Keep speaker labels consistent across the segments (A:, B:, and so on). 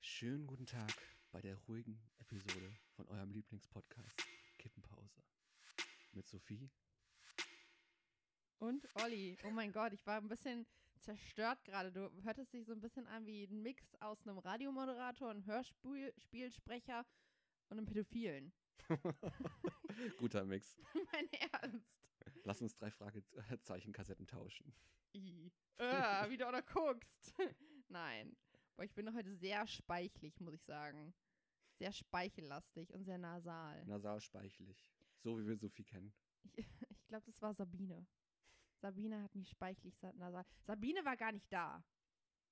A: Schönen guten Tag bei der ruhigen Episode von eurem Lieblingspodcast Kippenpause. Mit Sophie.
B: Und Olli, oh mein Gott, ich war ein bisschen zerstört gerade. Du hörtest dich so ein bisschen an wie ein Mix aus einem Radiomoderator, einem Hörspielsprecher und einem Pädophilen.
A: Guter Mix.
B: mein Ernst.
A: Lass uns drei Fragezeichen-Kassetten tauschen.
B: I. Äh, wie du auch noch guckst. Nein. Boah, ich bin noch heute sehr speichlig, muss ich sagen. Sehr speichellastig und sehr nasal.
A: Nasal speichelig. So wie wir Sophie kennen.
B: Ich, ich glaube, das war Sabine. Sabine hat mich speichlich sa- nasal. Sabine war gar nicht da.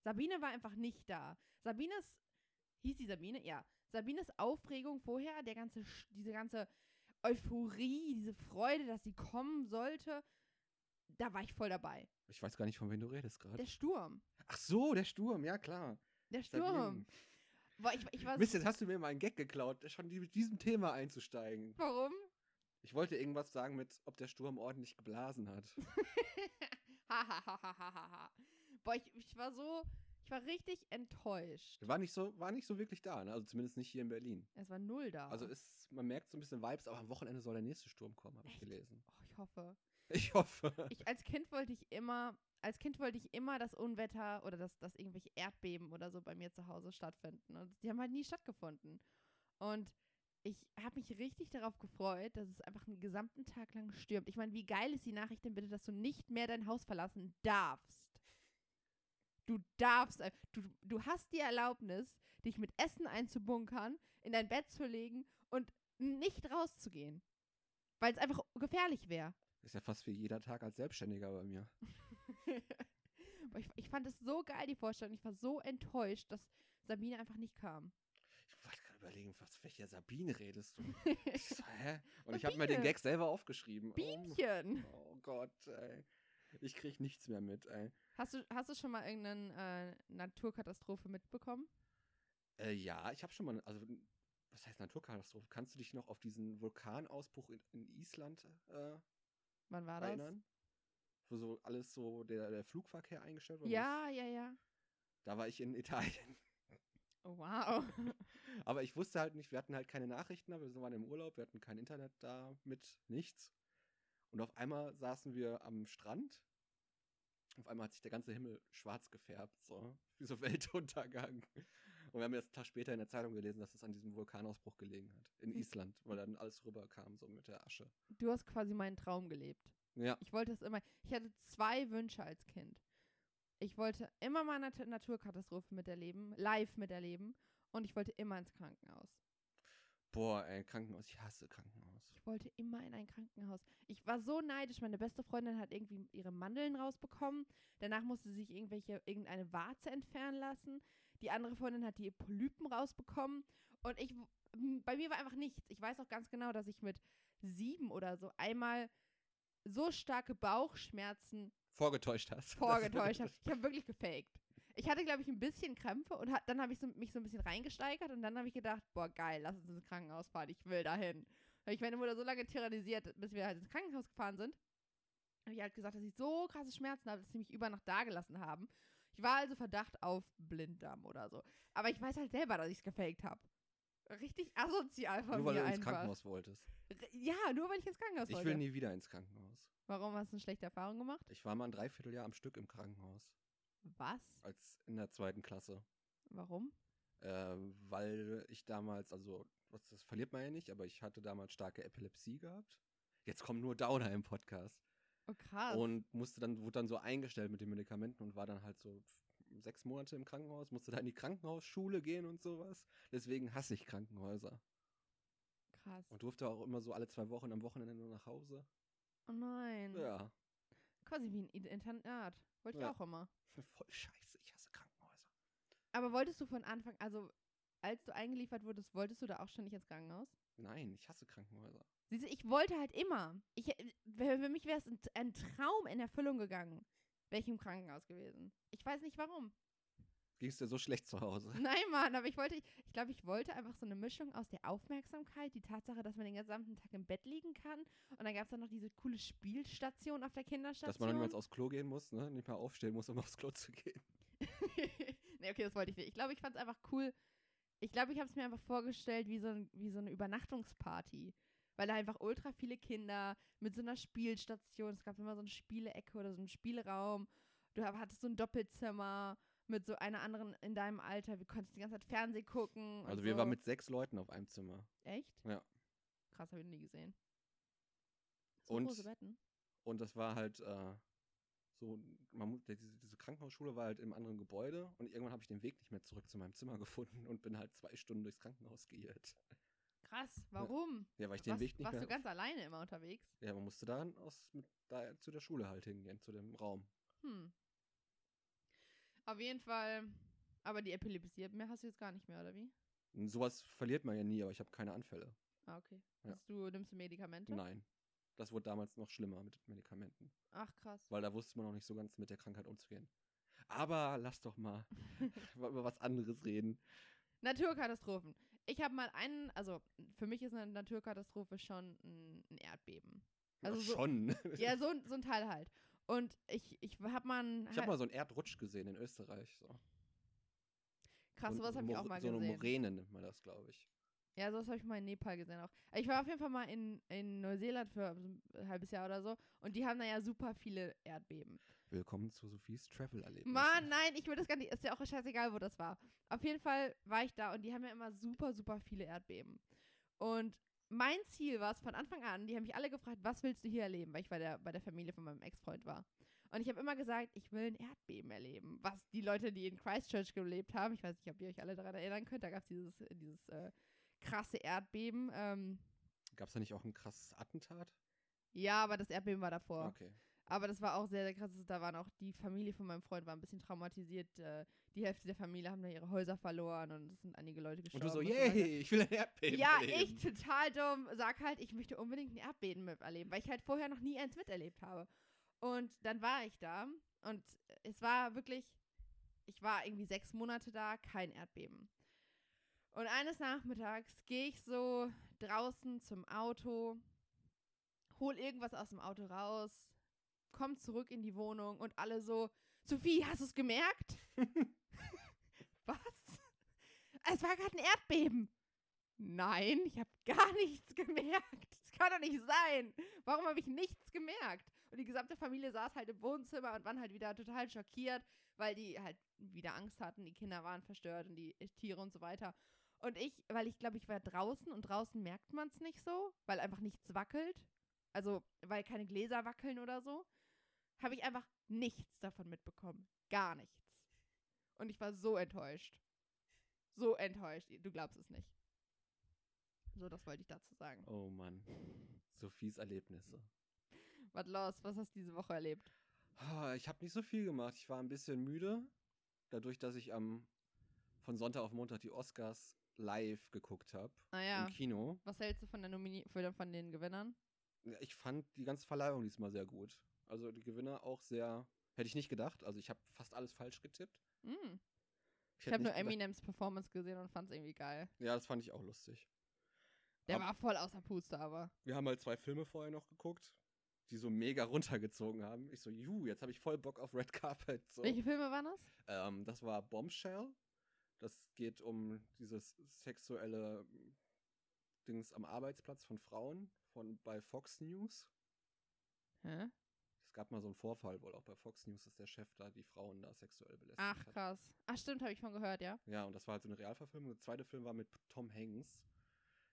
B: Sabine war einfach nicht da. Sabines, hieß die Sabine? Ja. Sabines Aufregung vorher, der ganze, Sch- diese ganze Euphorie, diese Freude, dass sie kommen sollte, da war ich voll dabei.
A: Ich weiß gar nicht, von wem du redest
B: Der
A: gerade.
B: Sturm.
A: Ach so, der Sturm, ja klar.
B: Der
A: Sabine.
B: Sturm. Boah, ich, ich war
A: Mist, jetzt hast du mir mal einen Gag geklaut, schon die- mit diesem Thema einzusteigen.
B: Warum?
A: Ich wollte irgendwas sagen mit, ob der Sturm ordentlich geblasen hat.
B: Ha, ha, ha, ha, ha, ha, ha. Boah, ich, ich war so, ich war richtig enttäuscht.
A: Der War nicht so, war nicht so wirklich da, ne? also zumindest nicht hier in Berlin.
B: Es war null da.
A: Also ist, man merkt so ein bisschen Vibes, aber am Wochenende soll der nächste Sturm kommen, habe ich
B: Echt?
A: gelesen.
B: oh, ich hoffe.
A: Ich hoffe.
B: Ich, als Kind wollte ich immer, als Kind wollte ich immer das Unwetter oder dass, dass irgendwelche Erdbeben oder so bei mir zu Hause stattfinden. Und die haben halt nie stattgefunden. Und ich habe mich richtig darauf gefreut, dass es einfach einen gesamten Tag lang stürmt. Ich meine, wie geil ist die Nachricht denn bitte, dass du nicht mehr dein Haus verlassen darfst? Du darfst, ein- du, du hast die Erlaubnis, dich mit Essen einzubunkern, in dein Bett zu legen und nicht rauszugehen. Weil es einfach gefährlich wäre.
A: Ist ja fast wie jeder Tag als Selbstständiger bei mir.
B: Aber ich, ich fand es so geil, die Vorstellung. Ich war so enttäuscht, dass Sabine einfach nicht kam.
A: Ich wollte gerade überlegen, was, welcher Sabine redest du? Ich so, hä? Und ich habe mir
B: Sabine.
A: den Gag selber aufgeschrieben. Oh,
B: Bienchen!
A: oh Gott, ey. Ich krieg nichts mehr mit, ey.
B: Hast du, hast du schon mal irgendeine äh, Naturkatastrophe mitbekommen?
A: Äh, ja, ich habe schon mal, also was heißt Naturkatastrophe? Kannst du dich noch auf diesen Vulkanausbruch in, in Island äh,
B: Wann war das?
A: erinnern? Wo so alles so der, der Flugverkehr eingestellt wurde?
B: Ja, ja, ja.
A: Da war ich in Italien.
B: Oh, wow.
A: Aber ich wusste halt nicht, wir hatten halt keine Nachrichten, da, wir waren im Urlaub, wir hatten kein Internet da mit nichts. Und auf einmal saßen wir am Strand. Auf einmal hat sich der ganze Himmel schwarz gefärbt, so wie so Weltuntergang. Und wir haben jetzt einen Tag später in der Zeitung gelesen, dass es an diesem Vulkanausbruch gelegen hat.
B: Hm.
A: In Island, weil dann alles rüberkam, so mit der Asche.
B: Du hast quasi meinen Traum gelebt.
A: Ja,
B: Ich wollte es immer. Ich hatte zwei Wünsche als Kind. Ich wollte immer mal eine Nat- Naturkatastrophe miterleben, live miterleben. Und ich wollte immer ins Krankenhaus.
A: boah, ey, Krankenhaus, ich hasse Krankenhaus.
B: Ich wollte immer in ein Krankenhaus. Ich war so neidisch. Meine beste Freundin hat irgendwie ihre Mandeln rausbekommen. Danach musste sie sich irgendwelche, irgendeine Warze entfernen lassen. Die andere Freundin hat die Polypen rausbekommen. Und ich, m, bei mir war einfach nichts. Ich weiß auch ganz genau, dass ich mit sieben oder so einmal so starke Bauchschmerzen
A: Vorgetäuscht hast.
B: vorgetäuscht habe. Ich habe wirklich gefaked. Ich hatte, glaube ich, ein bisschen Krämpfe und hat, dann habe ich so, mich so ein bisschen reingesteigert und dann habe ich gedacht, boah, geil, lass uns ins Krankenhaus fahren, ich will dahin. Habe ich meine Mutter so lange tyrannisiert, bis wir halt ins Krankenhaus gefahren sind. Habe ich halt gesagt, dass ich so krasse Schmerzen habe, dass sie mich über Nacht da gelassen haben. Ich war also Verdacht auf Blinddarm oder so. Aber ich weiß halt selber, dass ich es gefaked habe. Richtig asozial von
A: Nur weil
B: mir
A: du ins
B: einfach.
A: Krankenhaus wolltest.
B: Ja, nur weil ich ins Krankenhaus
A: Ich
B: wollte.
A: will nie wieder ins Krankenhaus.
B: Warum hast du eine schlechte Erfahrung gemacht?
A: Ich war mal ein Dreivierteljahr am Stück im Krankenhaus.
B: Was?
A: als in der zweiten Klasse.
B: Warum?
A: Äh, weil ich damals, also, was, das verliert man ja nicht, aber ich hatte damals starke Epilepsie gehabt. Jetzt kommen nur Downer im Podcast.
B: Oh krass.
A: Und musste dann, wurde dann so eingestellt mit den Medikamenten und war dann halt so sechs Monate im Krankenhaus, musste da in die Krankenhausschule gehen und sowas. Deswegen hasse ich Krankenhäuser.
B: krass.
A: Und durfte auch immer so alle zwei Wochen am Wochenende nur nach Hause.
B: Oh nein.
A: Ja.
B: Quasi wie ein I- Internat. Wollte ich
A: Ja.
B: auch immer.
A: Voll scheiße, ich hasse Krankenhäuser.
B: Aber wolltest du von Anfang, also als du eingeliefert wurdest, wolltest du da auch schon nicht ins Krankenhaus?
A: Nein, ich hasse Krankenhäuser.
B: Siehst du, ich wollte halt immer. Ich, für für mich wäre es ein, ein Traum in Erfüllung gegangen, wäre ich im Krankenhaus gewesen. Ich weiß nicht warum.
A: Ging es dir so schlecht zu Hause?
B: Nein, Mann, aber ich wollte, ich glaube, ich wollte einfach so eine Mischung aus der Aufmerksamkeit, die Tatsache, dass man den gesamten Tag im Bett liegen kann. Und dann gab es dann noch diese coole Spielstation auf der Kinderstation.
A: Dass man dann niemals aufs Klo gehen muss, ne? Nicht mal aufstehen muss, um aufs Klo zu gehen.
B: nee, okay, das wollte ich nicht. Ich glaube, ich fand es einfach cool, Ich glaube, ich habe es mir einfach vorgestellt wie so, ein, wie so eine Übernachtungsparty. Weil da einfach ultra viele Kinder mit so einer Spielstation, es gab immer so eine Spielecke oder so einen Spielraum. Du hab- hattest so ein Doppelzimmer mit so einer anderen in deinem Alter. Wir konnten die ganze Zeit Fernsehen gucken. und
A: Also
B: so.
A: wir waren mit sechs Leuten auf einem Zimmer.
B: Echt?
A: Ja.
B: Krass, habe ich noch nie gesehen. So
A: Und
B: große Betten.
A: Und das war halt äh, so, man, mu- der- diese, diese Krankenhausschule war halt im anderen Gebäude und irgendwann habe ich den Weg nicht mehr zurück zu meinem Zimmer gefunden und bin halt zwei Stunden durchs Krankenhaus geirrt.
B: Krass, warum?
A: Ja, weil ich den
B: Warst,
A: Weg nicht
B: warst du
A: mehr.
B: ganz alleine immer unterwegs?
A: ja, man musste dann aus, mit, da, zu der Schule halt hingehen, zu dem Raum.
B: Hm. Auf jeden Fall. Aber die Epilepsie mehr hast du jetzt gar nicht mehr, oder wie?
A: Und sowas verliert man ja nie, aber ich habe keine Anfälle.
B: Ah, okay.
A: Ja.
B: Hast du, nimmst du Medikamente?
A: Nein. Das wurde damals noch schlimmer mit Medikamenten,
B: Ach, krass.
A: weil da wusste man noch nicht so ganz mit der Krankheit umzugehen. Aber lass doch mal über was anderes reden.
B: Naturkatastrophen. Ich habe mal einen, also für mich ist eine Naturkatastrophe schon ein, ein Erdbeben. Also
A: Ach,
B: so-
A: schon.
B: Ja, so, ein- so ein Teil halt. Und ich, ich habe mal einen.
A: Ich habe mal so einen Erdrutsch gesehen in Österreich. So.
B: krass,
A: So
B: sowas habe ich
A: Mo-
B: auch mal
A: So eine
B: gesehen.
A: Moräne nennt man das, glaube ich.
B: Ja, sowas habe ich mal in Nepal gesehen auch. Ich war auf jeden Fall mal in, in Neuseeland für so ein halbes Jahr oder so und die haben da ja super viele Erdbeben.
A: Willkommen zu Sophies Travel-Erlebnis.
B: Mann, nein, ich will das gar nicht. Ist ja auch scheißegal, wo das war. Auf jeden Fall war ich da und die haben ja immer super, super viele Erdbeben. Und mein Ziel war es von Anfang an, die haben mich alle gefragt, was willst du hier erleben, weil ich bei der, bei der Familie von meinem Ex-Freund war. Und ich habe immer gesagt, ich will ein Erdbeben erleben. Was die Leute, die in Christchurch gelebt haben, ich weiß nicht, ob ihr euch alle daran erinnern könnt, da gab es dieses, dieses äh, krasse Erdbeben. Ähm,
A: Gab es da nicht auch ein krasses Attentat?
B: ja, aber das Erdbeben war davor.
A: Okay.
B: Aber das war auch sehr, sehr krass. Da waren auch die Familie von meinem Freund war ein bisschen traumatisiert. Äh, die Hälfte der Familie haben da ihre Häuser verloren und es sind einige Leute
A: Und
B: gestorben.
A: du so,
B: weiter.
A: yay, ich will ein Erdbeben.
B: Ja, ich
A: erleben.
B: total dumm. Sag halt, ich möchte unbedingt ein Erdbeben miterleben, weil ich halt vorher noch nie eins miterlebt habe. Und dann war ich da und es war wirklich, ich war irgendwie sechs Monate da, kein Erdbeben. Und eines Nachmittags gehe ich so draußen zum Auto, hol irgendwas aus dem Auto raus, komm zurück in die Wohnung und alle so, Sophie, hast du es gemerkt? Was? Es war gerade ein Erdbeben. Nein, ich habe gar nichts gemerkt. Das kann doch nicht sein. Warum habe ich nichts gemerkt? Und die gesamte Familie saß halt im Wohnzimmer und waren halt wieder total schockiert, weil die halt wieder Angst hatten. Die Kinder waren verstört und die Tiere und so weiter. Und ich, weil ich glaube, ich war draußen und draußen merkt man es nicht so, weil einfach nichts wackelt. Also, weil keine Gläser wackeln oder so. Habe ich einfach nichts davon mitbekommen. Gar nichts. Und ich war so enttäuscht. So enttäuscht. Du glaubst es nicht. So, das wollte ich dazu sagen.
A: Oh Mann. Sophies Erlebnisse.
B: Was los? Was hast du diese Woche erlebt?
A: Ah, Ich habe nicht so viel gemacht. Ich war ein bisschen müde. Dadurch, dass ich am von Sonntag auf Montag die Oscars live geguckt habe.
B: Naja,
A: Im Kino.
B: was hältst du von, der Nomini für, von den Gewinnern?
A: Ich fand die ganze Verleihung diesmal sehr gut. Also die Gewinner auch sehr. Hätte ich nicht gedacht. Also ich habe fast alles falsch getippt.
B: Hm. Ich,
A: hätte
B: habe nur
A: nicht gedacht-
B: Eminems Performance gesehen und fand es irgendwie geil.
A: Ja, das fand ich auch lustig.
B: Der
A: Ab-
B: war voll außer Puste, aber.
A: wir haben halt zwei Filme vorher noch geguckt, die so mega runtergezogen haben. Ich so, juh, jetzt habe ich voll Bock auf Red Carpet. So.
B: Welche Filme waren das?
A: Ähm, das war Bombshell. Das geht um dieses sexuelle Dings am Arbeitsplatz von Frauen von bei Fox News.
B: Hä?
A: Es gab mal so einen Vorfall wohl auch bei Fox News, dass der Chef da die Frauen da sexuell belästigt
B: Ach,
A: hat.
B: krass. Ach, stimmt, habe ich schon gehört, ja.
A: Ja, und das war halt so eine Realverfilmung. Der zweite Film war mit Tom Hanks.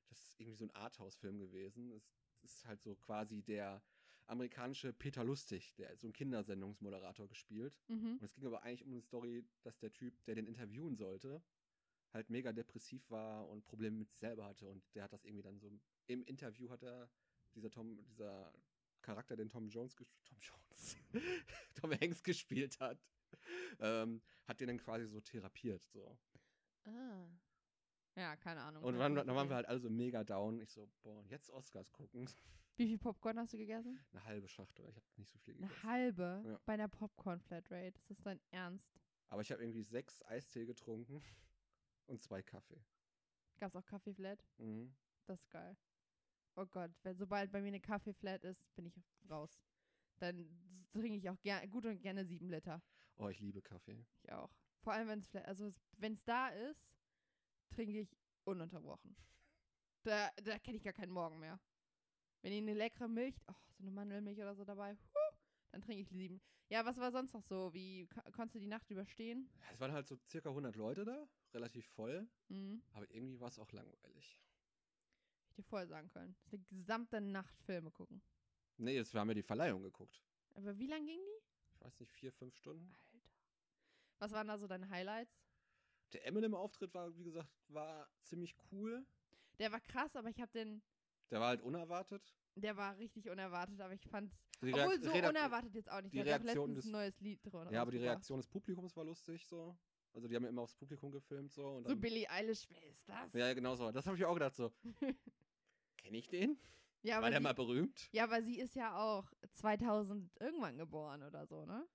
A: Das ist irgendwie so ein Arthouse-Film gewesen. Es ist halt so quasi der amerikanische Peter Lustig, der hat so einen Kindersendungsmoderator gespielt.
B: Mhm.
A: Und es ging aber eigentlich um eine Story, dass der Typ, der den interviewen sollte, halt mega depressiv war und Probleme mit sich selber hatte. Und der hat das irgendwie dann so im Interview hat er dieser Tom, dieser Charakter, den Tom Jones gespielt, Tom Jones, Tom Hanks gespielt hat, ähm, hat den dann quasi so therapiert, so.
B: Ah. Ja, keine Ahnung.
A: Und
B: Hab
A: dann,
B: ich nicht
A: dann waren wir
B: gesehen.
A: halt alle so mega down. Ich so, boah, und jetzt Oscars gucken.
B: Wie viel Popcorn hast du gegessen?
A: Eine halbe Schachtel. Ich habe nicht so viel
B: Eine
A: gegessen.
B: halbe
A: Ja.
B: bei einer Popcorn-Flatrate. Das ist dein Ernst.
A: Aber ich habe irgendwie sechs Eistee getrunken und zwei Kaffee.
B: Gab's auch Kaffee-Flat?
A: Mhm.
B: Das ist geil. Oh Gott, wenn sobald bei mir eine Kaffee-Flat ist, bin ich raus. Dann s- trinke ich auch ger gut und gerne sieben Liter.
A: Oh, ich liebe Kaffee.
B: Ich auch. Vor allem, wenn es also wenn's da ist, trinke ich ununterbrochen. Da, da kenne ich gar keinen Morgen mehr. Wenn ich eine leckere Milch, oh, so eine Mandelmilch oder so dabei, huh, dann trinke ich sieben. Ja, was war sonst noch so? Wie ko- konntest du die Nacht überstehen?
A: Es waren halt so circa 100 Leute da, relativ voll,
B: Mhm.
A: aber irgendwie war es auch langweilig.
B: Hätte ich dir vorher sagen können. Das ist eine gesamte Nacht Filme gucken.
A: Nee, jetzt haben wir die Verleihung geguckt.
B: Aber wie lang ging die?
A: Ich weiß nicht, vier, fünf Stunden.
B: Alter. Was waren da so deine Highlights?
A: Der Eminem-Auftritt war, wie gesagt, war ziemlich cool.
B: Der war krass, aber ich habe den,
A: Der war halt unerwartet.
B: der war richtig unerwartet, aber ich fand's,
A: Die Reak-
B: obwohl so
A: Redak-
B: unerwartet jetzt auch nicht.
A: die
B: Der hat doch
A: Reaktion
B: letztens
A: des-
B: ein neues Lied drin.
A: Ja, aber die
B: rausgebracht.
A: Reaktion des Publikums war lustig so. Also die haben ja immer aufs Publikum gefilmt so. Und
B: So
A: dann,
B: Billie Eilish, wer ist das?
A: ja, ja, genau so. Das habe ich auch gedacht so. Kenne ich den?
B: Ja,
A: war
B: aber
A: der
B: sie,
A: mal berühmt?
B: ja, aber sie ist ja auch 2000 irgendwann geboren oder so, ne?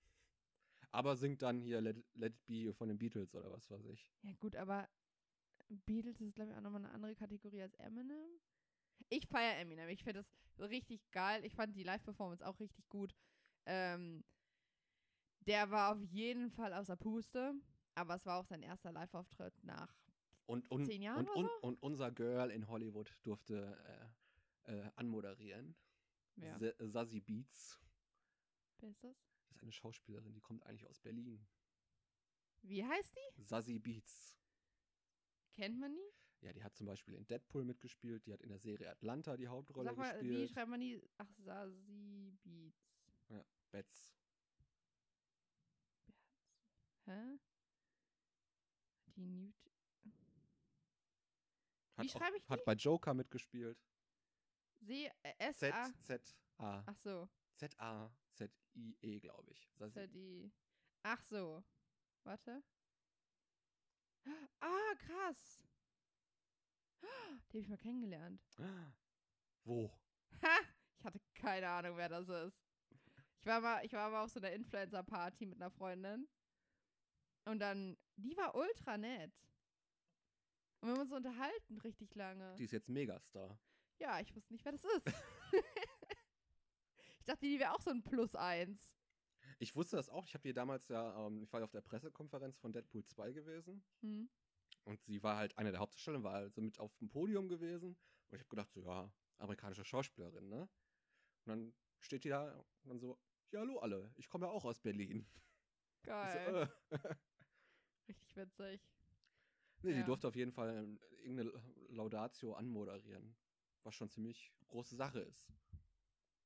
A: Aber singt dann hier Let, Let It Be von den Beatles oder was weiß ich.
B: Ja, gut, aber Beatles ist, glaube ich, auch nochmal eine andere Kategorie als Eminem. Ich feiere Eminem. Ich finde das so richtig geil. Ich fand die Live-Performance auch richtig gut. Ähm, der war auf jeden Fall außer Puste, aber es war auch sein erster Live-Auftritt nach.
A: Und, und,
B: Zehn Jahren
A: und,
B: oder
A: und, und unser Girl in Hollywood durfte äh, äh, anmoderieren.
B: Ja.
A: Sa- Sassy Beats.
B: Wer ist das?
A: Das ist eine Schauspielerin, die kommt eigentlich aus Berlin.
B: Wie heißt die?
A: Sassy Beats.
B: Kennt man die?
A: Ja, die hat zum Beispiel in Deadpool mitgespielt, die hat in der Serie Atlanta die Hauptrolle
B: Sag mal, wie
A: gespielt.
B: schreibt man die? Ach, Sasi Beats.
A: Betz.
B: Hä? Die Newt.
A: Hat,
B: Wie schreibe ich
A: hat bei Joker mitgespielt.
B: See, äh, S,
A: Z,
B: A.
A: Z, A.
B: Ach so.
A: Z, A, Z, I, E, glaube ich.
B: Ist
A: Sassy.
B: ja die. Ach so. Warte. Ah, krass. Die habe ich mal kennengelernt.
A: Ah. Wo?
B: Ha! Ich hatte keine Ahnung, wer das ist. Ich war mal, ich war mal auf so einer Influencer-Party mit einer Freundin. Und dann, die war ultra nett. Und wir haben uns unterhalten richtig lange.
A: Die ist jetzt Megastar.
B: ja, ich wusste nicht, wer das ist. ich dachte, die wäre auch so ein Plus eins.
A: Ich wusste das auch. Ich habe die damals ja, ähm, ich war ja auf der Pressekonferenz von Deadpool 2 gewesen.
B: Hm.
A: Und sie war halt eine der Hauptdarsteller, war also mit auf dem Podium gewesen. Und ich habe gedacht, so, ja, amerikanische Schauspielerin, ne? Und dann steht die da und dann so, ja, hallo alle, ich komme ja auch aus Berlin. Ich so,
B: Geil.
A: äh.
B: Richtig witzig.
A: Nee,
B: Ja.
A: sie durfte auf jeden Fall ähm, irgendeine Laudatio anmoderieren, was schon ziemlich große Sache ist.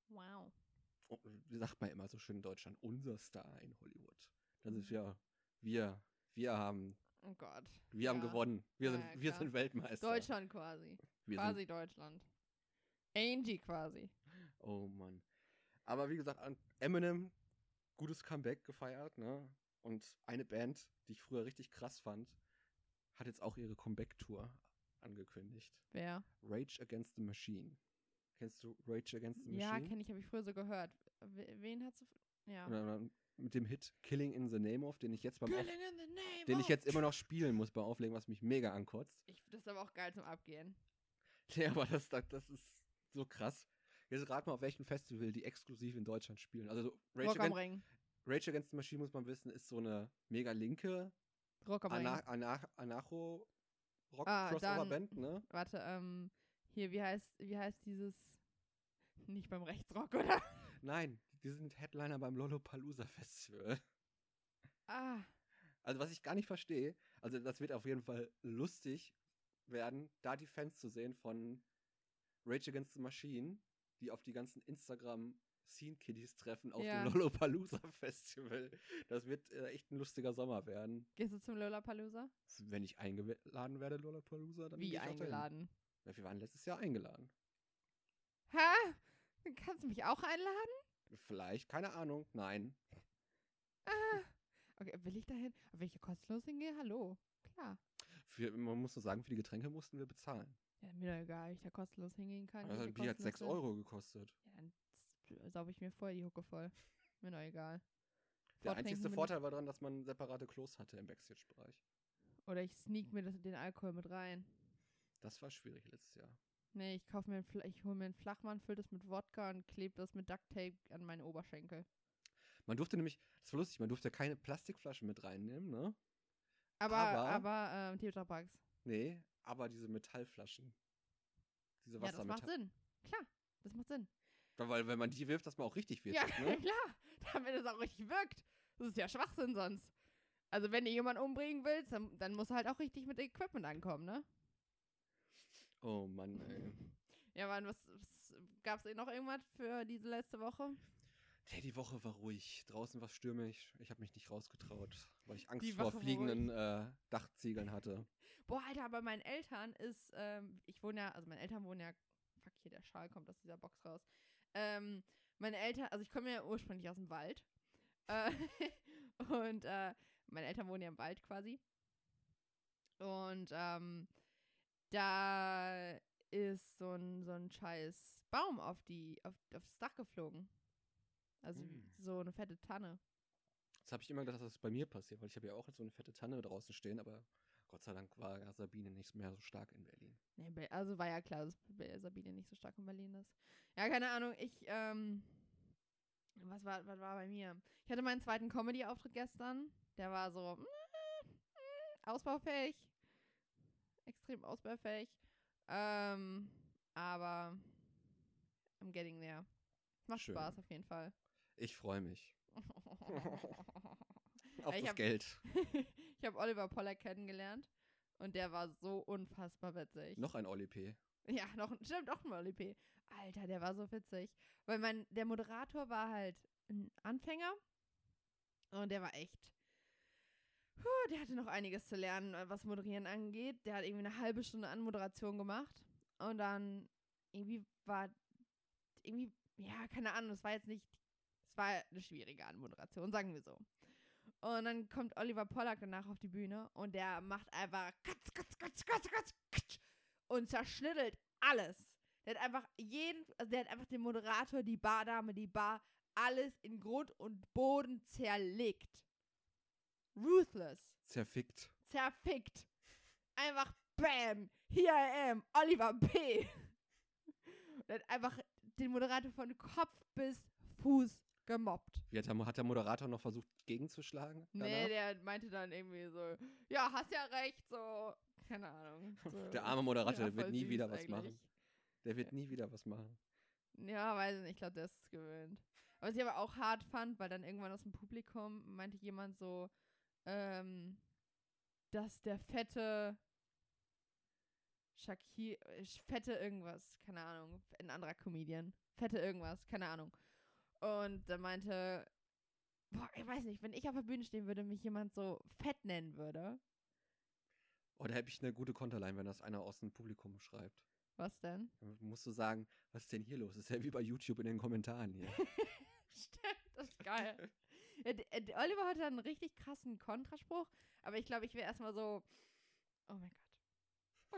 B: Wow.
A: Und Oh, Wie sagt man immer so schön in Deutschland, unser Star in Hollywood. Das
B: Mhm.
A: ist ja, wir, wir haben,
B: Oh Gott.
A: wir haben
B: Ja.
A: gewonnen. Wir
B: Ja,
A: sind,
B: ja,
A: wir
B: klar.
A: sind Weltmeister.
B: Deutschland quasi.
A: Wir
B: quasi
A: sind,
B: Deutschland. Angie quasi.
A: oh Mann. Aber wie gesagt, an Eminem, gutes Comeback gefeiert, ne? Und eine Band, die ich früher richtig krass fand, hat jetzt auch ihre Comeback-Tour angekündigt.
B: Wer?
A: Rage Against the Machine. Kennst du Rage Against the Machine?
B: Ja, kenne ich, habe ich früher so gehört. We- Wen hat sie. Ja. Genau.
A: Oder- oder Mit dem Hit Killing in the Name of, den ich jetzt beim auf,
B: Killing in the name
A: den ich
B: of-
A: jetzt immer noch spielen muss beim Auflegen, was mich mega ankotzt.
B: Ich, das ist aber auch geil zum Abgehen.
A: Nee, aber das, das, das ist so krass. Jetzt rat mal, auf welchem Festival die exklusiv in Deutschland spielen. Also so Rage,
B: Rock am
A: Against,
B: Ring.
A: Rage Against the Machine, muss man wissen, ist so eine mega linke
B: Rock am
A: Ana
B: Ring.
A: Ana Anarcho Rock
B: Ah,
A: Crossover
B: dann-
A: Band, ne?
B: Warte, ähm, hier, wie heißt, wie heißt dieses. Nicht beim Rechtsrock, oder?
A: Nein, die sind Headliner beim Lollapalooza Festival.
B: Ah,
A: Also was ich gar nicht verstehe, also das wird auf jeden Fall lustig werden, da die Fans zu sehen von Rage Against the Machine, die auf die ganzen Instagram Scene Kiddies treffen auf
B: Ja.
A: dem Lollapalooza Festival. Das wird äh, echt ein lustiger Sommer werden.
B: gehst du zum Lollapalooza?
A: Wenn ich eingeladen werde, Lollapalooza, dann gehe
B: Wie
A: ich auch dahin.
B: eingeladen?
A: Ja, wir waren letztes Jahr eingeladen.
B: Ha? Dann kannst du mich auch einladen?
A: Vielleicht, keine Ahnung. Nein.
B: Ah. Okay, will ich dahin? Aber wenn ich kostenlos hingehe? Hallo. Klar.
A: Für, man muss nur sagen, für die Getränke mussten wir bezahlen.
B: Ja, mir doch egal, ich da kostenlos hingehen kann.
A: Also
B: geh ich da
A: die hat 6
B: kostenlos hin.
A: Euro gekostet.
B: Ja, dann s- saub ich mir vorher die Hucke voll. Mir doch egal.
A: Der
B: Vortrinken
A: einzige
B: bin ich-
A: Vorteil war daran, dass man separate Klos hatte im Backstage-Bereich.
B: Oder ich sneak mir das, den Alkohol mit rein.
A: Das war schwierig letztes Jahr.
B: Nee, ich kauf mir einen, Fla- ich hol mir einen Flachmann, füll das mit Wodka und kleb das mit Duct Tape an meinen Oberschenkel.
A: Man durfte nämlich, das war lustig, man durfte keine Plastikflaschen mit reinnehmen, ne?
B: Aber,
A: Aber-
B: aber, ähm, Tetrapacks.
A: Nee, aber diese Metallflaschen. Diese
B: Ja, das macht
A: Wassermetall.
B: Sinn. Klar, das macht Sinn.
A: Weil, wenn man die wirft, dass man auch richtig wird.
B: ja,
A: Ne?
B: klar, damit es auch richtig wirkt. Das ist ja Schwachsinn sonst. Also wenn du jemanden umbringen willst, dann, dann musst du halt auch richtig mit Equipment ankommen, ne?
A: Oh Mann, ey.
B: Ja, Mann, was, was gab's eh noch irgendwas für diese letzte Woche?
A: Hey, die Woche war ruhig. Draußen war stürmisch. Ich habe mich nicht rausgetraut, weil ich Angst
B: Die
A: vor
B: Woche war
A: fliegenden äh, Dachziegeln hatte.
B: Boah, Alter, bei meinen Eltern ist, ähm, ich wohne ja, also meine Eltern wohnen ja, fuck hier, der Schal kommt aus dieser Box raus. Ähm, meine Eltern, also ich komme ja ursprünglich aus dem Wald. Äh, und äh, meine Eltern wohnen ja im Wald quasi. Und ähm, da ist so ein, so ein scheiß Baum auf die, auf, aufs Dach geflogen. Also
A: Mm.
B: so eine fette Tanne.
A: Das habe ich immer gedacht, dass das bei mir passiert, weil ich habe ja auch so eine fette Tanne draußen stehen, aber Gott sei Dank war ja Sabine nicht mehr so stark in Berlin.
B: Nee, Be- also war ja klar, dass Be- Sabine nicht so stark in Berlin ist. Ja, keine Ahnung, ich, ähm, was war, was war bei mir? Ich hatte meinen zweiten Comedy-Auftritt gestern. Der war so mm, mm, ausbaufähig. Extrem ausbaufähig. Ähm, aber I'm getting there. Macht
A: Schön.
B: Spaß auf jeden Fall.
A: Ich freue mich auf
B: Ich
A: das
B: hab-
A: Geld.
B: ich habe Oliver Pollack kennengelernt und der war so unfassbar witzig.
A: Noch ein Oli P.
B: Ja, noch, stimmt, auch ein Molly P. Alter, der war so witzig. Weil mein, der Moderator war halt ein Anfänger und der war echt. Puh, der hatte noch einiges zu lernen, äh, was Moderieren angeht. Der hat irgendwie eine halbe Stunde an Moderation gemacht und dann irgendwie war, irgendwie, ja, keine Ahnung, es war jetzt nicht, es war eine schwierige Anmoderation, sagen wir so. Und dann kommt Oliver Pollack danach auf die Bühne und der macht einfach katz, katz, katz, katz, katz, katz und zerschnittelt alles. Der hat einfach jeden, also der hat einfach den Moderator, die Bardame, die Bar, alles in Grund und Boden zerlegt. Ruthless.
A: Zerfickt.
B: Zerfickt. Einfach BAM. Here I am. Oliver P. Der hat einfach den Moderator von Kopf bis Fuß gemobbt.
A: Wie hat der, hat der Moderator noch versucht, gegenzuschlagen?
B: Nee,
A: danach?
B: der meinte dann irgendwie so, ja, hast ja recht, so, keine Ahnung. So.
A: der arme Moderator der wird
B: voll
A: nie
B: süß
A: wieder was
B: eigentlich.
A: machen. Der wird nie wieder was machen.
B: Ja, weiß ich nicht, ich glaube, der ist es gewöhnt. Aber was ich aber auch hart fand, weil dann irgendwann aus dem Publikum meinte jemand so, ähm, dass der fette Shakir, äh, fette irgendwas, keine Ahnung, ein anderer Comedian, fette irgendwas, keine Ahnung. Und dann meinte, boah, ich weiß nicht, wenn ich auf der Bühne stehen würde, und mich jemand so fett nennen würde,
A: Oh, da hätte ich eine gute Konterlein, wenn das einer aus dem Publikum schreibt.
B: was denn?
A: Dann musst du sagen, was ist denn hier los? Ist ja wie bei YouTube in den Kommentaren hier.
B: Stimmt, das ist geil. ja, d- äh, d- Oliver hatte einen richtig krassen Kontraspruch, aber ich glaube, ich wäre erstmal so, oh mein Gott.